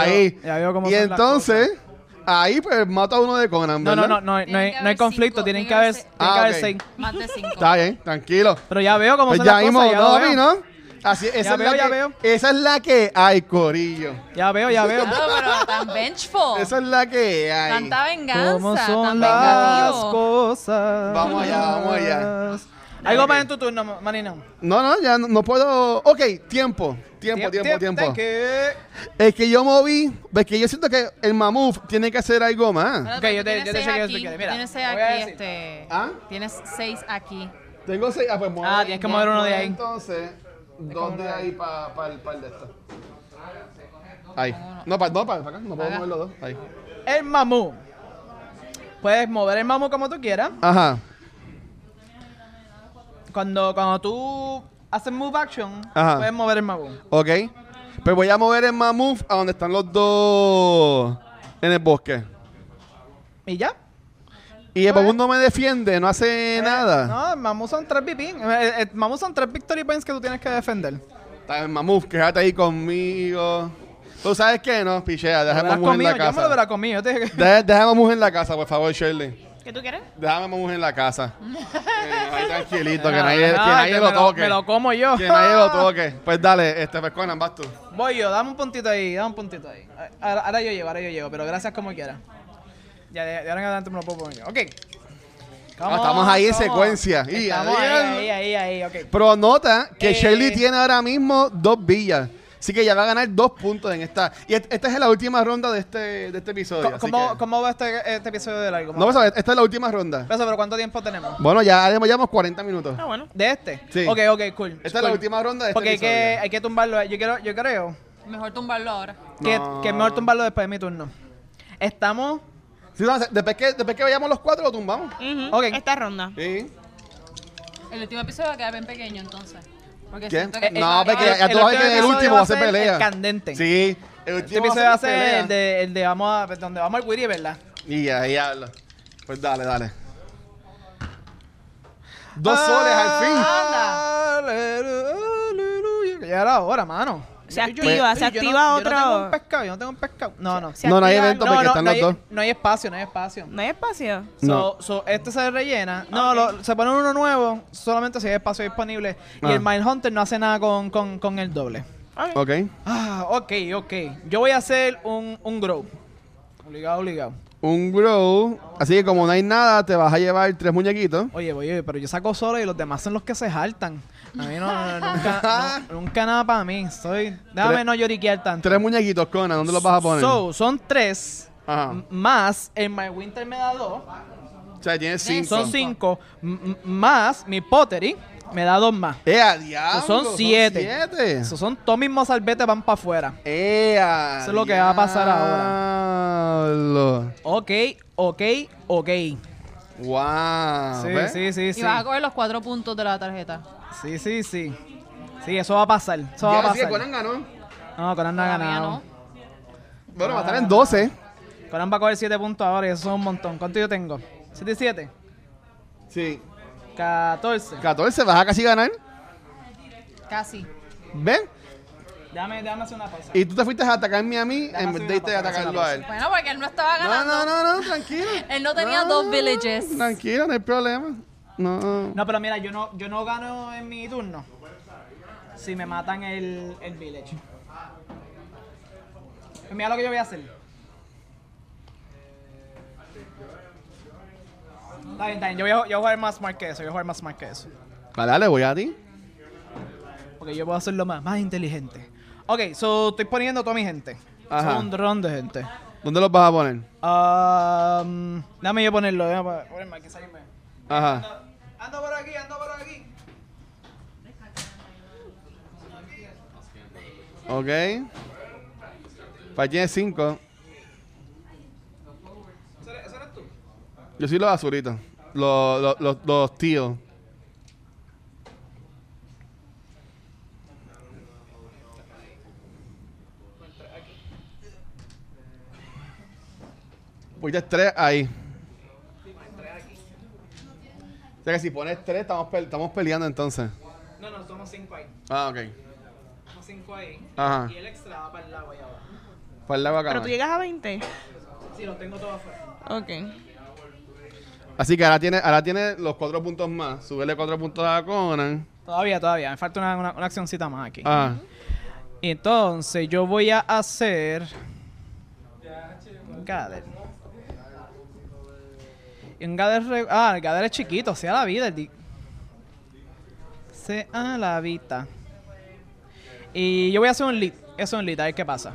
S4: ahí.
S2: veo- ya veo cómo
S4: y
S2: son las cosas.
S4: entonces, ahí pues mata a uno de Conan,
S2: No,
S4: ¿verdad?
S2: no, no, no, hay- no,
S1: Tienen
S2: hay,
S1: que
S2: no hay
S1: haber
S2: conflicto,
S1: cinco,
S2: tienen que
S1: tienen que haber-
S2: haber, tienen que
S4: Ah,
S2: haber
S4: ok.
S2: seis.
S1: Más de cinco.
S4: Está bien, tranquilo.
S2: Pero ya veo cómo
S4: Pues
S2: son
S4: ya
S2: las
S4: mismo,
S2: cosas, ya
S4: no,
S2: lo veo.
S4: ¿no? Así, esa,
S2: Ya
S4: es
S2: veo,
S4: la
S2: ya
S4: que,
S2: veo.
S4: esa es la que hay, Corillo.
S2: Ya veo, ya veo.
S1: Claro, pero tan vengeful.
S4: Esa es la que hay.
S1: Tanta venganza.
S2: ¿Cómo
S1: tan
S2: son las
S1: vengativo.
S2: cosas?
S4: Vamos allá, vamos allá.
S2: Algo
S4: Ok.
S2: más en tu turno, Ma- Marina.
S4: No, no, ya no, no puedo. Ok, tiempo. Tiempo, tiempo,
S2: Tien-
S4: tiempo.
S2: tien- que-
S4: Es que yo moví. Es que yo siento que el mamuf tiene que hacer algo más.
S1: Bueno,
S2: Ok,
S1: pero
S2: yo
S1: tú
S2: te-
S1: tienes
S2: yo te
S1: seis
S2: chequeo si
S1: aquí,
S2: quieres,
S1: tú
S2: mira,
S1: Tienes seis
S2: te voy a
S1: aquí,
S2: decir.
S1: este.
S4: ¿Ah?
S1: Tienes seis aquí.
S4: Tengo seis. Ah, pues mueve.
S2: Ah, tienes que mover uno de ahí.
S4: Entonces, dos de ahí para el par de estos. Ahí. No, para no, pa- pa acá. No puedo
S1: Acá.
S4: mover los dos. Ahí.
S2: El mamú. Puedes mover el mamú como tú quieras.
S4: Ajá.
S2: Cuando, cuando tú haces move action,
S4: Ajá.
S2: puedes mover el mamú.
S4: Ok. Pues voy a mover el mamuf a donde están los dos en el bosque.
S2: ¿Y ya?
S4: Y el mamuf no me defiende, no hace nada.
S2: Eh, No, el mamú son tres pipín. El, el- el mamú son tres victory points que tú tienes que defender.
S4: Está el mamuf, quédate ahí conmigo. ¿Tú sabes qué? No, pichea, deja
S2: Lo
S4: el
S2: hubieras
S4: mamuf en
S2: comido,
S4: la
S2: yo me lo
S4: casa.
S2: hubiera comido. yo te dije que-
S4: Deja, deja el mamuf en la casa, por favor, Shirley.
S3: ¿Qué tú quieres?
S4: Déjame el mamuf en la casa. Eh, ahí tranquilito, que
S2: Ah,
S4: nadie, que
S2: ah,
S4: nadie
S2: que
S4: lo
S2: me
S4: toque.
S2: Me lo como yo.
S4: Que nadie lo toque. Pues dale, este, pues Conan, vas tú.
S2: Voy yo, dame un puntito ahí, dame un puntito ahí. Ahora, ahora yo llego, ahora yo llego, pero gracias como quiera. Ya, de, de ahora en adelante me lo puedo poner. yo. Ok. Come
S4: Ah, estamos
S2: on,
S4: ahí en
S2: come on.
S4: secuencia. Y
S2: Estamos ahí, ahí,
S4: adiós.
S2: ahí, ahí, ok.
S4: Pero nota que
S2: Eh.
S4: Shirley tiene ahora mismo dos villas. Así que ya va a ganar dos puntos en esta. Y et- esta es la última ronda de este, de este episodio.
S2: Co-
S4: así
S2: ¿Cómo,
S4: que-
S2: cómo va este, este episodio de largo?
S4: No, pues, a ver, esta es la última ronda.
S2: Pero, pero ¿cuánto tiempo tenemos?
S4: Bueno, ya llevamos- llevamos 40 minutos.
S3: Ah, bueno.
S2: ¿De este?
S4: Sí.
S2: Ok, ok, cool.
S4: Esta es la
S2: cool.
S4: última ronda de este
S2: Porque hay que,
S4: episodio.
S2: hay que tumbarlo. Yo, quiero, yo creo
S1: Mejor tumbarlo ahora.
S2: que,
S4: No.
S2: que es mejor tumbarlo después de mi turno. Estamos...
S4: Sí, no, después, que, después que vayamos los cuatro, lo tumbamos.
S3: Ujú,
S2: Ok.
S3: Esta ronda.
S4: Sí.
S1: El último episodio va a quedar bien pequeño entonces. Porque
S4: ¿Qué?
S1: siento que-
S4: No,
S1: eh,
S4: porque
S1: eh,
S4: ya, ya
S2: el
S4: tú sabes que
S2: último
S4: el último
S2: episodio
S4: va
S2: va
S4: a ser
S2: a ser
S4: pelea.
S2: el candente.
S4: Sí, el
S2: Este
S4: último
S2: episodio va a ser
S4: pelea.
S2: el de, el de vamos a, donde vamos al Wiri, ¿verdad?
S4: Y ya, ahí habla. Pues dale, dale. Dos
S2: Ah,
S4: soles al fin.
S2: anda. Aleluya, aleluya. Ya era hora, mano.
S3: Se activa, se
S2: Oye, yo no-
S3: activa
S2: Yo no tengo
S3: otro-
S2: un pescado, yo no tengo un pescado. No, no.
S3: Se
S4: No, no hay
S3: activa-
S4: evento
S2: no,
S4: porque
S2: no,
S4: están
S2: no
S4: los
S2: hay,
S4: dos.
S2: no hay espacio, no hay espacio.
S3: No hay espacio.
S4: No.
S2: So, so, este se rellena. No, lo- se pone uno nuevo solamente si hay espacio disponible.
S4: Ah.
S2: Y el Mindhunter no hace nada con, con, con el doble.
S3: Ok.
S4: Ok.
S2: Ah, ok, ok. Yo voy a hacer un, un grow. Obligado, obligado.
S4: Un grow. Así que como no hay nada, te vas a llevar tres muñequitos.
S2: Oye, oye, pero yo saco solo y los demás son los que se jaltan. A mí no, no, nunca, no, nunca nada para mí. Soy, déjame
S4: Tres-
S2: no lloriquear tanto.
S4: Tres muñequitos, Conan. ¿Dónde los vas a poner? Ah.
S2: So, son tres.
S4: Ajá.
S2: m- Más el My Winter me da dos.
S4: O sea, tienes cinco.
S2: Son
S1: Cinco.
S2: cinco. m- m- Más mi Pottery me da dos más.
S4: ¡Eh, a diablo!
S2: So, son siete.
S4: siete. Eh,
S2: Esos son todos mismos salvetes van para afuera.
S4: ¡Ea!
S2: Eso es lo que va a pasar
S4: ahora.
S2: Ok, ok, ok.
S4: ¡Wow!
S2: Sí,
S4: Ah, ¿ves?
S2: sí, sí,
S1: Y
S2: sí.
S1: vas a coger los cuatro puntos de la tarjeta.
S2: Sí, sí, sí. Sí, eso va a pasar. Eso va a
S4: Ya, así que
S2: pasar.
S4: Conan ganó.
S2: No, Conan no ha
S1: Todavía
S2: ganado.
S4: Bueno, va a estar
S2: Ah.
S4: en 12.
S2: Conan va a coger 7 puntos ahora y eso son un montón. ¿Cuánto yo tengo? 7 y 7.
S4: Sí.
S2: 14.
S4: 14, vas a casi ganar.
S1: no. Casi.
S4: ¿Ven?
S2: Déjame, déjame hacer una pausa.
S4: Y tú te fuiste a atacarme a mí en
S2: hacer
S4: vez
S2: una
S4: de irte a
S2: pausa, déjame hacer
S4: atacarlo
S2: una
S4: a él.
S1: Bueno, porque él no estaba
S4: No,
S1: ganando.
S4: no, no, no, tranquilo.
S1: Él no tenía
S4: No,
S1: dos
S4: no,
S1: villages.
S4: Ah, Tranquilo, no hay problema. No.
S2: No, pero mira, yo no, yo no gano en mi turno. Si me matan el, el village. Pues mira lo que yo voy a hacer. Está bien, está bien. Yo voy, a, yo voy a jugar más smart que eso. Yo voy a jugar más smart que eso.
S4: Vale, dale, voy a ti.
S2: Porque yo puedo hacerlo más, más inteligente. Ok, so estoy poniendo toda mi gente.
S4: Ajá.
S2: Son un dron de gente.
S4: ¿Dónde los vas a poner?
S2: Um, dame yo ponerlo, déjame ponerme aquí, salirme.
S4: Ajá.
S2: Ando por aquí, ando por aquí.
S4: Ok. Pues tiene 5. Yo soy los azulitos. Los, los, los, los tíos. Pues ya es tres ahí. O sea que si pones tres, estamos, pe- estamos peleando entonces.
S5: No, no, somos cinco ahí.
S4: Ah, ok.
S5: Somos cinco ahí.
S4: Ajá.
S5: Y el extra va para el lado ahí abajo.
S4: Para el agua acá.
S3: Pero tú llegas a 20.
S5: Sí, los tengo todos afuera.
S3: Ok.
S4: Así que ahora tiene, ahora tiene los cuatro puntos más. Súbele cuatro puntos a Conan.
S2: Todavía, todavía. Me falta una, una, una accioncita más aquí.
S4: Ah.
S2: Entonces, yo voy a hacer. Gader. Y Un Gader. re- Ah, el Gader es chiquito, sea la vida. el di- Sea la vida. Y yo voy a hacer un lead. Eso es un lead, a ver qué pasa.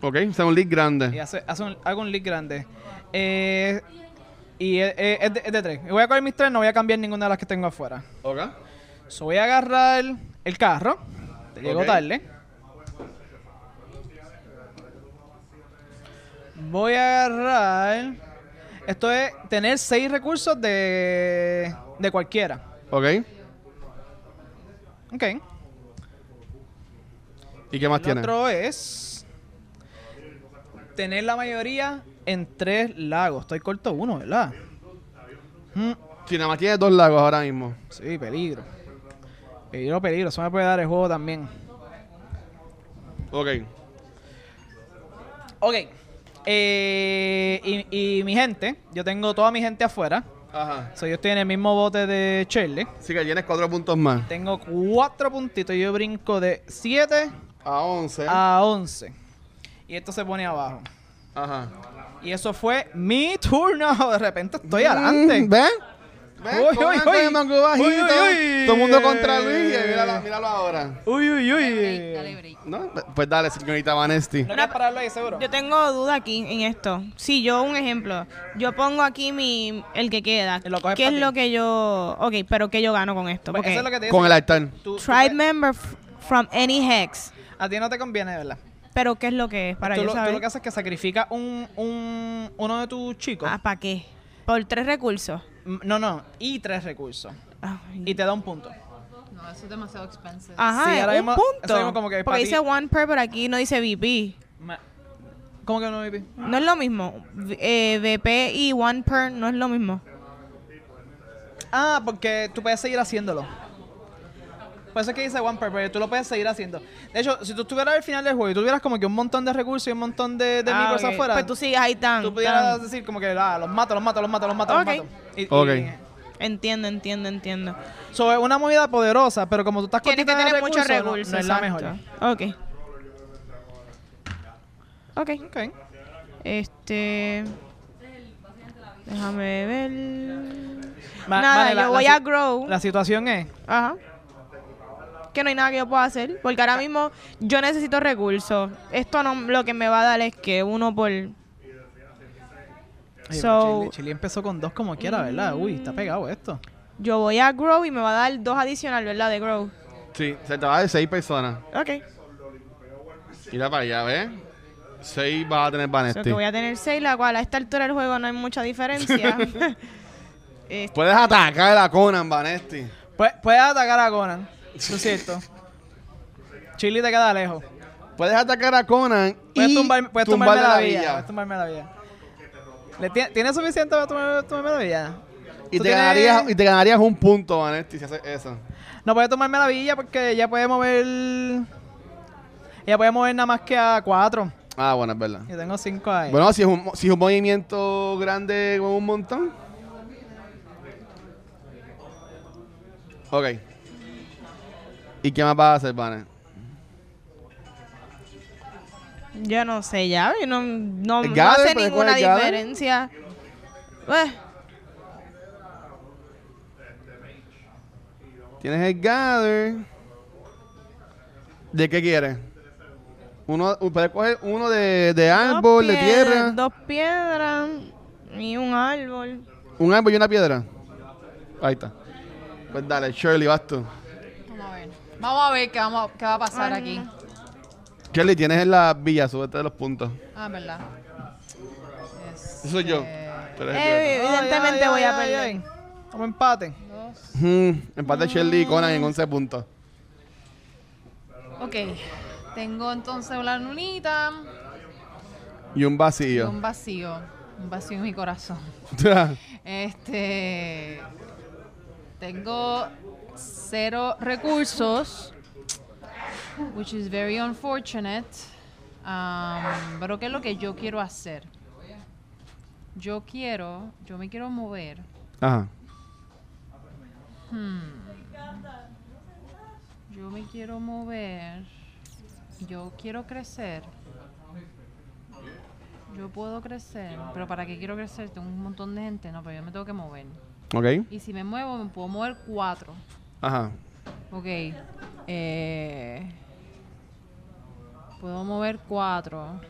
S4: Ok, o sea, un lead
S2: Y
S4: grande.
S2: hace, hace un, hago un lead grande. Eh, y eh, eh, es, de, es de tres. Y voy a coger mis tres, no voy a cambiar ninguna de las que tengo afuera.
S4: Ok.
S2: So, voy a agarrar el carro. Te llego
S4: Ok.
S2: tarde. Voy a agarrar. Esto es tener seis recursos de, de cualquiera.
S4: Ok.
S2: Ok.
S4: ¿Y qué más
S2: El
S4: tiene?
S2: otro es tener la mayoría en tres lagos. Estoy corto uno, ¿verdad? Mm,
S4: Si nada más tiene dos lagos ahora mismo.
S2: sí, peligro. Peligro, peligro. Eso me puede dar el juego también.
S4: Ok.
S2: Ok. Eh, y, y mi gente, yo tengo toda mi gente afuera.
S4: Ajá.
S2: So, yo estoy en el mismo bote de Shirley.
S4: Así que tienes cuatro puntos más.
S2: Tengo cuatro puntitos. Yo brinco de 7
S4: A once.
S2: a 11. Y esto se pone abajo.
S4: Ajá.
S2: Y eso fue mi turno. De repente estoy
S4: Mm,
S2: adelante.
S4: ¿Ves? ¿Ves?
S2: Uy,
S4: Pongan
S2: uy,
S4: con el
S2: uy.
S4: mango bajito.
S2: Uy, uy, uy.
S4: Todo el mundo contra Luis. Y míralo, míralo ahora.
S2: Uy, uy,
S6: Break, dale
S2: uy.
S6: break.
S4: ¿No? Pues dale, señorita Vanesti.
S2: ¿No quieres pararlo ahí, seguro?
S3: Yo tengo duda aquí en esto. Si yo, un ejemplo, yo pongo aquí mi el que queda.
S2: Y lo coges
S3: ¿Qué
S2: pa'
S3: es
S2: ti.
S3: lo que yo...? Ok, pero ¿qué yo gano con esto?
S2: Pues
S3: Porque
S2: Eso es lo que te
S4: Con el altar.
S2: tú- tú-
S3: tribe member f- from any hex.
S2: A ti no te conviene, ¿verdad?
S3: ¿Pero qué es lo que es para
S2: tú,
S3: yo
S2: lo, tú
S3: saber?
S2: lo que haces es que sacrificas un, un- uno de tus chicos.
S3: Ah, ¿para qué? Por tres recursos. Ah,
S2: M- No, no. Y tres recursos.
S3: Ay.
S2: Y te da un punto.
S6: No, eso es demasiado expensive.
S3: Ajá,
S2: Sí,
S3: es
S2: ahora
S3: un
S2: mismo- eso mismo
S3: punto.
S2: como que es pa'
S3: Porque
S2: ti.
S3: dice one per, pero aquí no dice VP.
S2: Ma- ¿Cómo que no, baby?
S3: No es lo mismo. V- eh, VP y one per no es lo mismo.
S2: Ah, porque tú puedes seguir haciéndolo. Por eso es que dice One Per, pero tú lo puedes seguir haciendo. De hecho, si tú estuvieras al final del juego y tuvieras como que un montón de recursos y un montón de, de
S3: Ah,
S2: micros
S3: ok.
S2: afuera,
S3: Pues tú
S2: tú,
S3: sigues ahí tan.
S2: pudieras
S3: tan.
S2: decir como que ah, los mato, los mato, los mato, los mato,
S3: Ok.
S2: los mato. Y- y-
S4: Ok.
S3: Entiendo, entiendo, entiendo.
S2: so, es una movida poderosa, pero como tú estás
S3: Tienes que
S2: cortita de
S3: tener muchos
S2: recursos, no-
S3: recursos.
S2: No, es la mejor.
S3: exacto. Ok. Ok.
S2: Ok.
S3: Este. Déjame ver.
S2: Va-
S3: Nada,
S2: vale,
S3: yo
S2: la- la
S3: voy
S2: si-
S3: a grow.
S2: La situación es.
S3: Ajá. Que no hay nada que yo pueda hacer. Porque ahora mismo yo necesito recursos. Esto no lo que me va a dar es que uno por.
S2: Ay,
S3: So-
S2: Chile, Chile empezó con dos como quiera, ¿verdad? Uy, está pegado esto.
S3: Yo voy a grow y me va a dar dos adicionales, ¿verdad? De grow.
S4: Sí, se te va de seis personas.
S3: Ok.
S4: Mira para allá, ¿ves? Seis vas a tener
S3: So
S4: Vanesti.
S3: que voy a tener seis, la cual a esta altura del juego no hay mucha diferencia. Este,
S4: Puedes atacar a Conan, Vanesti.
S2: Puedes, puedes atacar a Conan. Eso es cierto. Chile te queda lejos.
S4: Puedes atacar a Conan
S2: Puedes,
S4: y
S2: tumbar, puedes
S4: tumbarle
S2: tumbarme la, vida. Puedes tumbarme la vida. ¿Le tie- ¿Tienes suficiente para tumbar- tumbarme la vida?
S4: Y
S2: ¿Tú
S4: te,
S2: tienes-
S4: ganarías, y te ganarías un punto, Vanesti, si haces eso.
S2: No puede tomarme la villa porque ya puede mover. Ella puede mover nada más que a cuatro.
S4: Ah, bueno, es verdad.
S2: Yo tengo cinco ahí.
S4: Bueno, si es un, si es un movimiento grande con un montón. Ok. ¿Y qué más vas a hacer, Vanesti?
S3: yo no sé ya, yo no, no,
S4: El
S3: no
S4: gather,
S3: hace
S4: puedes
S3: ninguna
S4: coger el gather.
S3: diferencia. Eh,
S4: Tienes el gather. ¿De qué quieres? Uno, u- puedes coger uno de, de
S3: dos
S4: árbol, de
S3: piedras-
S4: tierra,
S3: Dos piedras y un árbol.
S4: un árbol y una piedra. Ahí está. Pues dale, Shirley, vas tú.
S6: Vamos a ver. Vamos a ver qué, vamos, qué va a pasar
S3: Ay,
S6: aquí.
S4: Shirley, tienes en la villa, súbete de los puntos.
S1: Ah, verdad.
S4: Eso soy yo.
S1: Este,
S4: Tú eres el
S3: Eh, evidentemente voy a perder.
S2: Como empate.
S1: Dos.
S4: que- Hmm, Empate Shirley y Conan en 11 puntos.
S1: Ok. Tengo entonces una lunita
S4: Y un
S1: y
S4: vacío.
S1: un vacío. Un vacío en mi corazón. Este. Tengo cero recursos, which is very unfortunate. Um, pero ¿qué es lo que yo quiero hacer? Yo quiero, yo me quiero mover.
S4: Ajá.
S1: Yo me quiero mover. Yo quiero crecer. Yo puedo crecer. Pero ¿para qué quiero crecer? Tengo un montón de gente. No, pero yo me tengo que mover.
S4: Ok.
S1: Y si me muevo, me puedo mover cuatro.
S4: Ajá.
S1: Ok. Eh, puedo mover cuatro.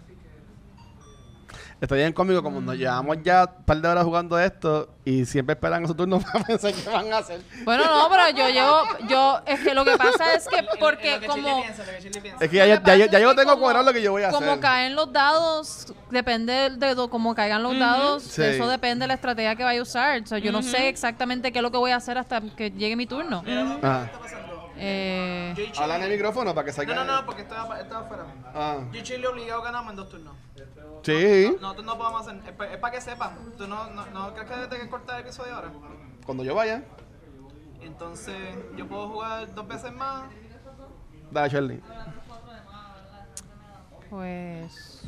S4: Está bien cómico, como nos llevamos ya un par de horas jugando esto y siempre esperan a su turno para pensar qué van a hacer.
S1: Bueno, no, pero yo llevo, yo, es que lo que pasa es que porque
S7: lo que Chile
S1: como,
S7: piensa, lo que Chile piensa.
S4: Es que ya,
S1: Lo
S4: ya,
S1: que pasa
S4: ya-
S1: es
S4: ya yo
S1: que
S4: tengo
S1: como-
S4: cuadrado lo que yo voy a
S1: como
S4: hacer.
S1: caen los dados, depende de do- cómo caigan los dados, de
S4: Sí.
S1: eso depende la estrategia que vaya a usar. O sea, yo no sé exactamente qué es lo que voy a hacer hasta que llegue mi turno.
S4: Ajá.
S1: Eh,
S7: Yo y Chile-
S4: Habla en el micrófono para que salga.
S7: No, no, no, porque estaba, estaba fuera.
S4: Ah.
S7: Yo y Chile obligado ganamos en dos turnos.
S4: Sí.
S7: Nosotros no podemos hacer. Es para que sepan. ¿Tú no, no, no crees que tengas que cortar el episodio ahora?
S4: Cuando yo vaya.
S7: Entonces, yo puedo jugar dos veces más.
S4: Dale, Shirley.
S1: Pues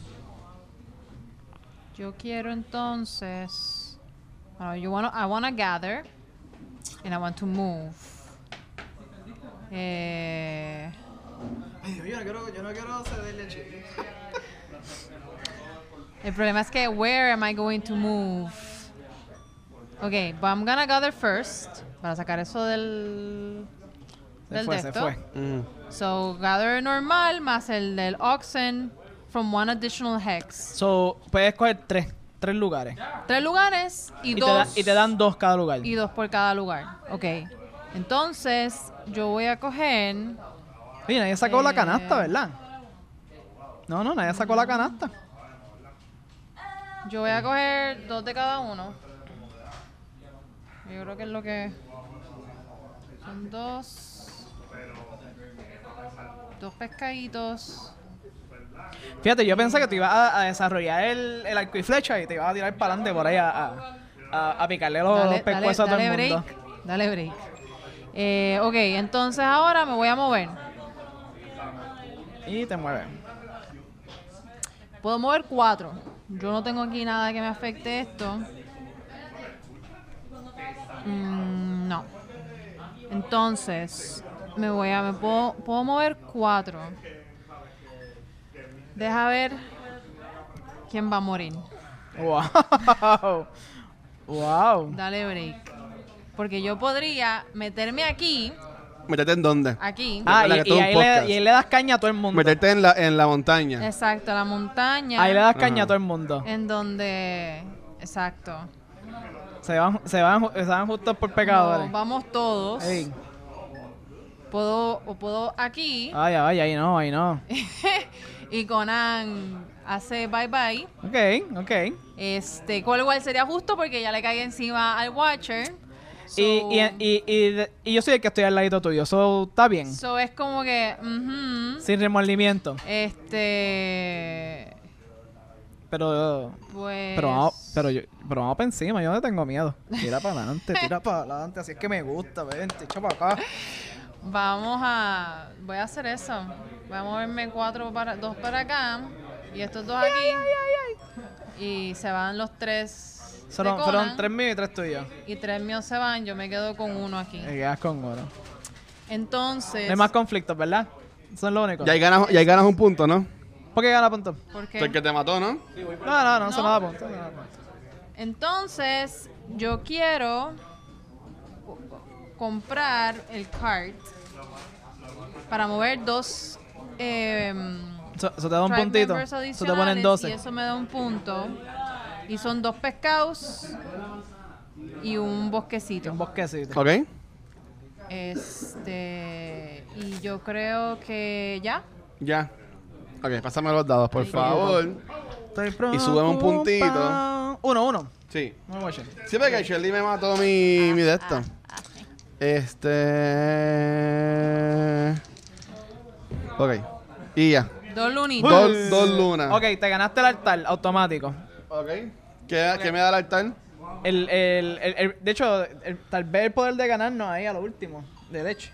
S1: yo quiero entonces. Bueno, yo wanna, I wanna gather and I want to move. Eh,
S7: Ay, Dios, yo no quiero, yo no quiero cederle a Chile.
S1: el problema es que where am I going to move? Okay, but I'm gonna gather first para sacar eso del
S2: Se
S1: del
S2: fue,
S1: de
S2: se
S1: esto.
S2: fue.
S4: Mm.
S1: So gather normal más el del oxen from one additional hex.
S2: So, puedes coger tres. Tres lugares.
S1: Tres lugares y,
S2: Y te,
S1: dos.
S2: da- y te dan dos cada lugar.
S1: y dos por cada lugar. Ok. Entonces, yo voy a coger.
S2: Oye, nadie sacó la
S1: Eh.
S2: canasta, ¿verdad? No, no, nadie sacó la canasta.
S1: Yo voy a coger dos de cada uno. Yo creo que es lo que. Son dos. Dos pescaditos.
S2: Fíjate, yo pensé que te ibas a, a desarrollar el, el arco y flecha y te ibas a tirar para adelante por ahí a, a, a- a picarle los, los
S1: Dale, dale,
S2: pescuezos a todo
S1: dale
S2: el mundo.
S1: break. Dale break. Eh, ok, entonces ahora me voy a mover.
S2: Y te mueves.
S1: Puedo mover cuatro. Yo no tengo aquí nada que me afecte esto. Mm, no. Entonces, me voy a. Me puedo, puedo mover cuatro. Deja ver quién va a morir.
S2: ¡Wow! ¡Wow!
S1: Dale break. Porque yo podría meterme aquí.
S4: ¿Meterte en dónde?
S1: Aquí.
S2: Ah,
S4: Recuerda que
S2: y,
S4: esto es
S2: y
S4: un
S2: ahí le,
S4: podcast.
S2: y ahí le das caña a todo el mundo.
S4: Meterte en la, en la montaña.
S1: Exacto, la montaña.
S2: Ahí le das caña
S4: Ajá.
S2: a todo el mundo.
S1: En donde. Exacto.
S2: Se van, se van, ju- se van justos por
S1: No,
S2: pecadores.
S1: vamos todos.
S2: Ey.
S1: Puedo, o puedo aquí.
S2: Ay, ay, ahí no, ahí no.
S1: y Conan hace bye bye.
S2: Ok, ok.
S1: Este, con lo cual sería justo porque ya le cae encima al Watcher. So-
S2: Y, y, y, y, de- y yo soy el que estoy al ladito tuyo, eso está bien.
S1: so es como que. ujú,
S2: Sin remordimiento.
S1: Este.
S2: Pero,
S1: Pues.
S2: pero, vamos, pero, yo, pero vamos para encima, yo no tengo miedo. Tira para adelante, tira para adelante, así es que me gusta, vente, echa para acá.
S1: Vamos a. Voy a hacer eso. Voy a moverme cuatro para, dos para acá. Y estos dos aquí. Y se van los tres. de
S2: Fueron,
S1: Conan,
S2: fueron tres míos y tres tuyos.
S1: Y tres míos se van. Yo me quedo con uno aquí.
S2: Y quedas con oro.
S1: Entonces.
S2: Eh. No hay más conflictos, ¿verdad? Son lo único.
S4: Y ahí ganas, y ahí ganas un punto, ¿no?
S2: ¿Por qué gana punto?
S1: ¿por qué?
S4: El que te mató, ¿no?
S2: No, no, no,
S1: No.
S2: eso no da punto. eso no da punto.
S1: Entonces, yo quiero co- comprar el cart para mover dos eh,
S2: Eso, eso te da un puntito. Eso te ponen 12.
S1: Y eso me da un punto. Y son dos pescados y un
S2: Y
S1: bosquecito.
S2: un bosquecito.
S4: Ok.
S1: Este y yo creo que ya.
S4: Ya. Ok, pásame los dados, por favor.
S2: Estoy
S4: Y súbeme un puntito.
S2: Uno, uno.
S4: Sí.
S2: Uno, guache.
S4: Siempre que Shelly me mató mi, mi de esto. Este. Ok. Y ya.
S6: Dos lunitas.
S4: Dos, dos lunas.
S2: Ok, te ganaste el altar automático.
S4: Ok. ¿Qué, qué me da el altar?
S2: El, el, el- el- de hecho, el- tal vez el poder de ganarnos ahí a lo último, de leche.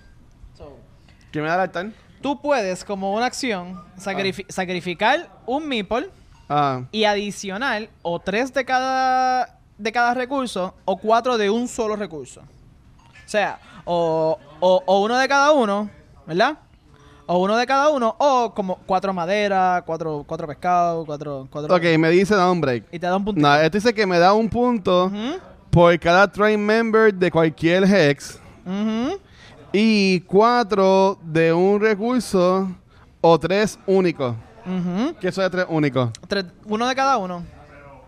S4: ¿Qué me da el altar?
S2: Tú puedes, como una acción, sacrifi- sacrificar un meeple
S4: Ah.
S2: y adicional o tres de cada, de cada recurso o cuatro de un solo recurso. O sea, o, o- o uno de cada uno, ¿verdad? O uno de cada uno, o como cuatro madera, cuatro, cuatro pescados, cuatro, cuatro...
S4: Ok, me dice da un break.
S2: Y te da un puntito.
S4: No, esto dice que me da un punto
S2: Ujú,
S4: por cada train member de cualquier hex
S2: ujú.
S4: y cuatro de un recurso o tres únicos.
S2: Ujú.
S4: ¿Qué son de tres únicos?
S2: Tres- uno de cada uno.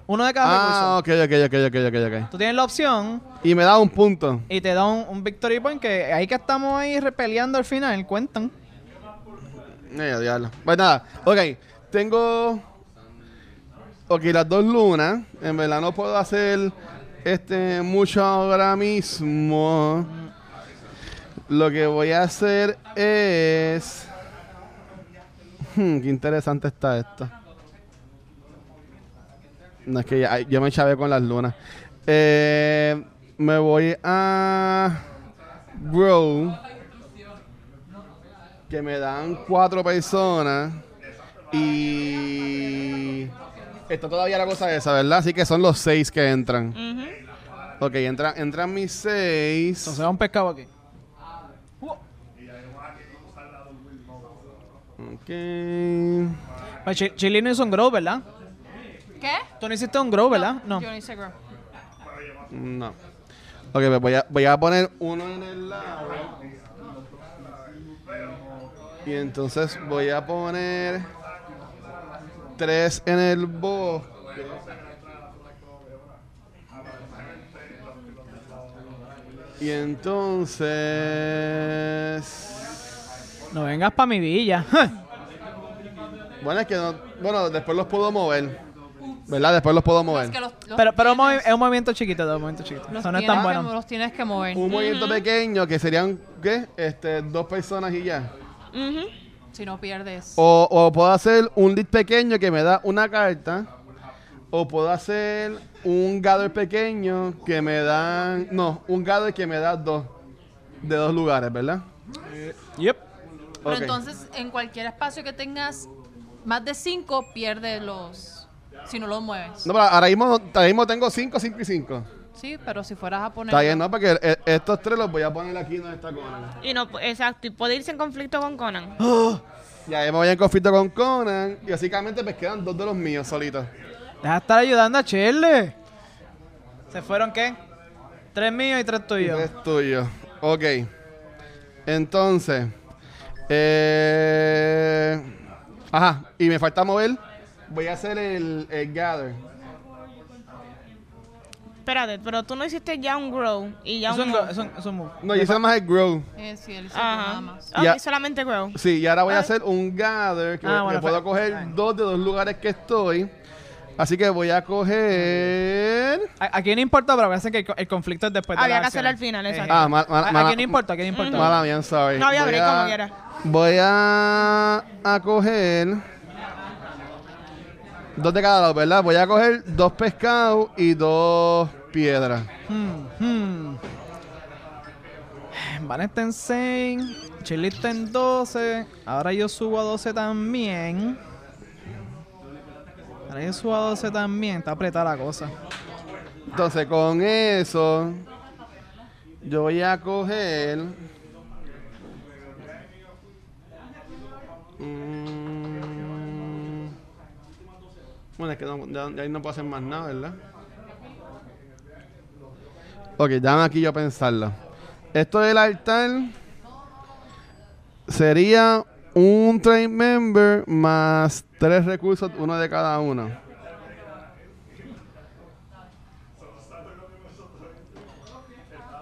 S2: Uno de cada recurso.
S4: Ah, ok, ok, ok, ok, ok, ok.
S2: Tú tienes la opción
S4: Y me da un punto.
S2: y te da un, un victory point que ahí que estamos ahí repeleando al final, cuentan.
S4: Eh, diablo. Pues nada, ok, tengo... Ok, las dos lunas. En verdad no puedo hacer este mucho ahora mismo. Lo que voy a hacer es... Hmm, qué interesante está esto. No, es que ya- yo me chavé con las lunas. Eh, me voy a... Grow que me dan cuatro personas y está todavía la cosa esa, ¿verdad? Así que son los seis que entran. Ok, entran, entran mis seis.
S2: Entonces va un pescado aquí.
S4: Ok.
S2: Pues Chi- Chile no hizo un grow, ¿verdad?
S6: ¿Qué?
S2: Tú no hiciste un grow, ¿verdad? No.
S6: Yo no hice grow.
S4: No. Ok, pues voy a, voy a poner uno en el lado. Y entonces voy a poner tres en el bosque. Y entonces...
S2: No vengas para mi villa.
S4: Bueno, es que no... Bueno, después los puedo mover. ¿Verdad? Después los puedo mover.
S6: Que los, los
S2: pero pero un movi-
S6: tienes-
S2: es un movimiento chiquito, es un movimiento chiquito.
S6: los
S2: Eso eh, no es
S6: tienes
S3: Ah,
S2: tan
S6: que-
S2: bueno.
S6: Los tienes que mover.
S4: Un movimiento pequeño que serían, ¿qué? Este, dos personas y ya.
S6: Si no pierdes.
S4: O, o puedo hacer un lead pequeño que me da una carta. O puedo hacer un gather pequeño que me dan. No, un gather que me da dos. De dos lugares, ¿verdad?
S2: Yep.
S6: Pero
S4: Ok.
S6: entonces, en cualquier espacio que tengas más de cinco, pierdes los. Si no los mueves.
S4: No, pero ahora mismo, ahora mismo tengo cinco, cinco y cinco.
S6: Sí, pero si fueras a poner.
S4: Está bien, ¿no? Porque eh, estos tres los voy a poner aquí donde está Conan.
S3: Y no, exacto, y puede irse en conflicto con Conan.
S4: Y ahí me voy en conflicto con Conan. Y básicamente pues quedan dos de los míos solitos.
S2: Deja de estar ayudando a Chile. ¿Se fueron qué? Tres míos y tres tuyos.
S4: Es tuyo. Ok. Entonces. eh, Ajá. Y me falta mover. Voy a hacer el, el gather.
S3: Espérate, pero tú no hiciste ya un grow y ya
S2: Es un,
S3: un.
S2: go- es un- es un move.
S4: No, yo hice más el grow.
S6: Eh, sí, él hizo nada
S3: Ajá.
S6: más.
S3: Ok,
S4: Ya.
S3: solamente grow.
S4: Sí, y ahora voy a hacer un gather. Que
S2: Ah,
S4: me- me
S2: bueno,
S4: puedo
S2: fue-
S4: coger dos de dos lugares que estoy. Así que voy a coger.
S2: A- Aquí no importa, pero parece que el, co- el conflicto es después de
S3: Había
S2: la
S3: que
S2: acción.
S3: hacerlo al final,
S2: Eh,
S3: exacto.
S4: Ah, ma- ma-
S2: a-
S4: ma-
S2: aquí no importa, aquí no importa.
S4: Mala mía, I'm sorry.
S3: No había
S4: Voy
S3: break,
S4: a-
S3: como quiera.
S4: Voy a, a coger dos de cada lado, ¿verdad? Voy a coger dos pescados y dos piedras.
S2: Hmm. Van está en 6, Chile está en 12, ahora yo subo a 12 también. Ahora yo subo a 12 también, está apretada la cosa.
S4: Entonces, con eso, yo voy a coger. Mm. Bueno, es que no, ya, ya ahí no puedo hacer más nada, ¿verdad? Ok, dame aquí yo pensarlo. Esto del altar sería un train member más tres recursos, uno de cada uno.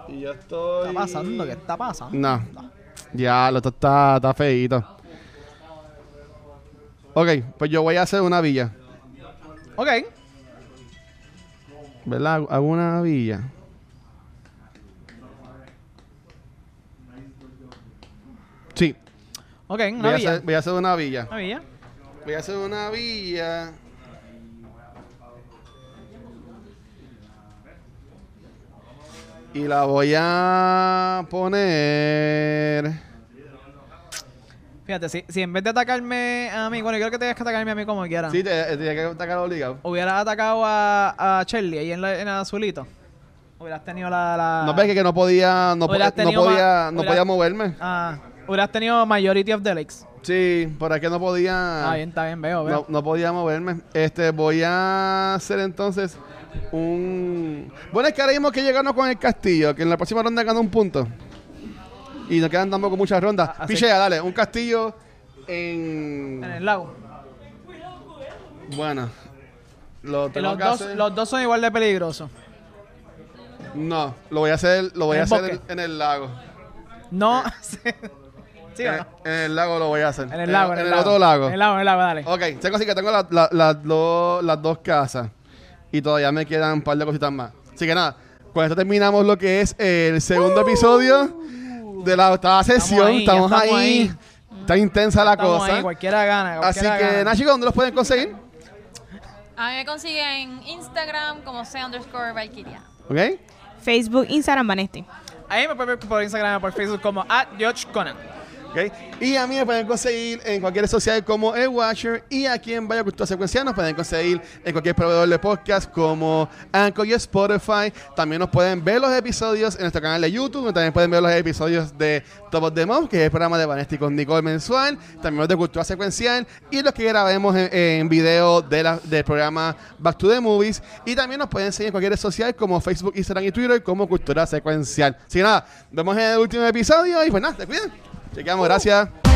S4: Y yo estoy.
S2: ¿Qué está pasando? ¿Qué está pasando?
S4: No. Ya, lo está, está, está feíto. Ok, pues yo voy a hacer una villa.
S2: Ok.
S4: ¿Verdad? Hago una villa. Sí,
S2: Ok,
S4: voy
S2: una
S4: a,
S2: villa.
S4: hacer, voy a hacer una villa.
S2: Una villa.
S4: Voy a hacer una villa. Y la voy a poner.
S2: Fíjate, si, si en vez de atacarme a mí, bueno, yo creo que tenías que atacarme a mí como quiera.
S4: Sí, te, te tenía que atacar obligado.
S2: Hubieras atacado a, a Shirley ahí en, la, en azulito. Hubieras tenido la. la-
S4: No ves que, que no podía, no, po-
S2: Ah. Hubieras
S4: no
S2: tenido
S4: podía,
S2: más-
S4: no
S2: hubieras-
S4: podía moverme.
S2: Ah, hubieras tenido majority of delegates.
S4: Sí, por aquí no podía.
S2: Ah, bien, está bien, veo,
S4: No,
S2: veo.
S4: no podía moverme. Este, voy a hacer entonces un. Bueno, es que ahora mismo que llegamos con el castillo, que en la próxima ronda gana un punto. Y nos quedan tampoco muchas rondas.
S2: Ah, así-
S4: Pichea, dale, un castillo en.
S2: En el lago.
S4: Bueno. Lo
S2: Que
S4: tengo
S2: los,
S4: que
S2: dos,
S4: hacer-
S2: los dos son igual de peligrosos.
S4: No, lo voy a hacer, lo voy
S2: En
S4: a
S2: el
S4: hacer
S2: bosque.
S4: en, en el lago.
S2: No. ¿Sí o
S4: en,
S2: no?
S4: en el lago lo voy a hacer.
S2: En el lago, en,
S4: Eh, el otro lago.
S2: En el lago, en el lago, dale.
S4: Ok, tengo así que tengo la- la- las dos- las dos casas. Y todavía me quedan un par de cositas más. Así que nada, con esto terminamos lo que es el segundo episodio de la octava sesión.
S2: Uh. ahí, ya
S4: Estamos ahí.
S2: estamos
S4: Está intensa la
S2: Estamos
S4: cosa.
S2: ahí, cualquiera gana.
S4: Así
S2: cualquiera
S4: que,
S2: gana.
S4: nada, chicos, ¿dónde los pueden conseguir?
S1: A mí me consiguen en Instagram como C underscore Valkyria.
S4: ¿Ok?
S3: Facebook, Instagram, Vanesti.
S2: Ahí me pueden ver por Instagram o por Facebook como at George Conan.
S4: ¿ok? Y a mí me pueden conseguir en cualquier red social como El Watcher y aquí en Vaya Cultura Secuencial nos pueden conseguir en cualquier proveedor de podcast como Anchor y Spotify. También nos pueden ver los episodios en nuestro canal de YouTube, donde también pueden ver los episodios de Top of the Month, que es el programa de Vanesti con Nicole mensual, también los de Cultura Secuencial y los que grabemos en, en video de la- del programa Back to the Movies. Y también nos pueden seguir en cualquier red social como Facebook, Instagram y Twitter como Cultura Secuencial. Así que nada, nos vemos en el último episodio y pues nada, te cuidan. Chequeamos, gracias.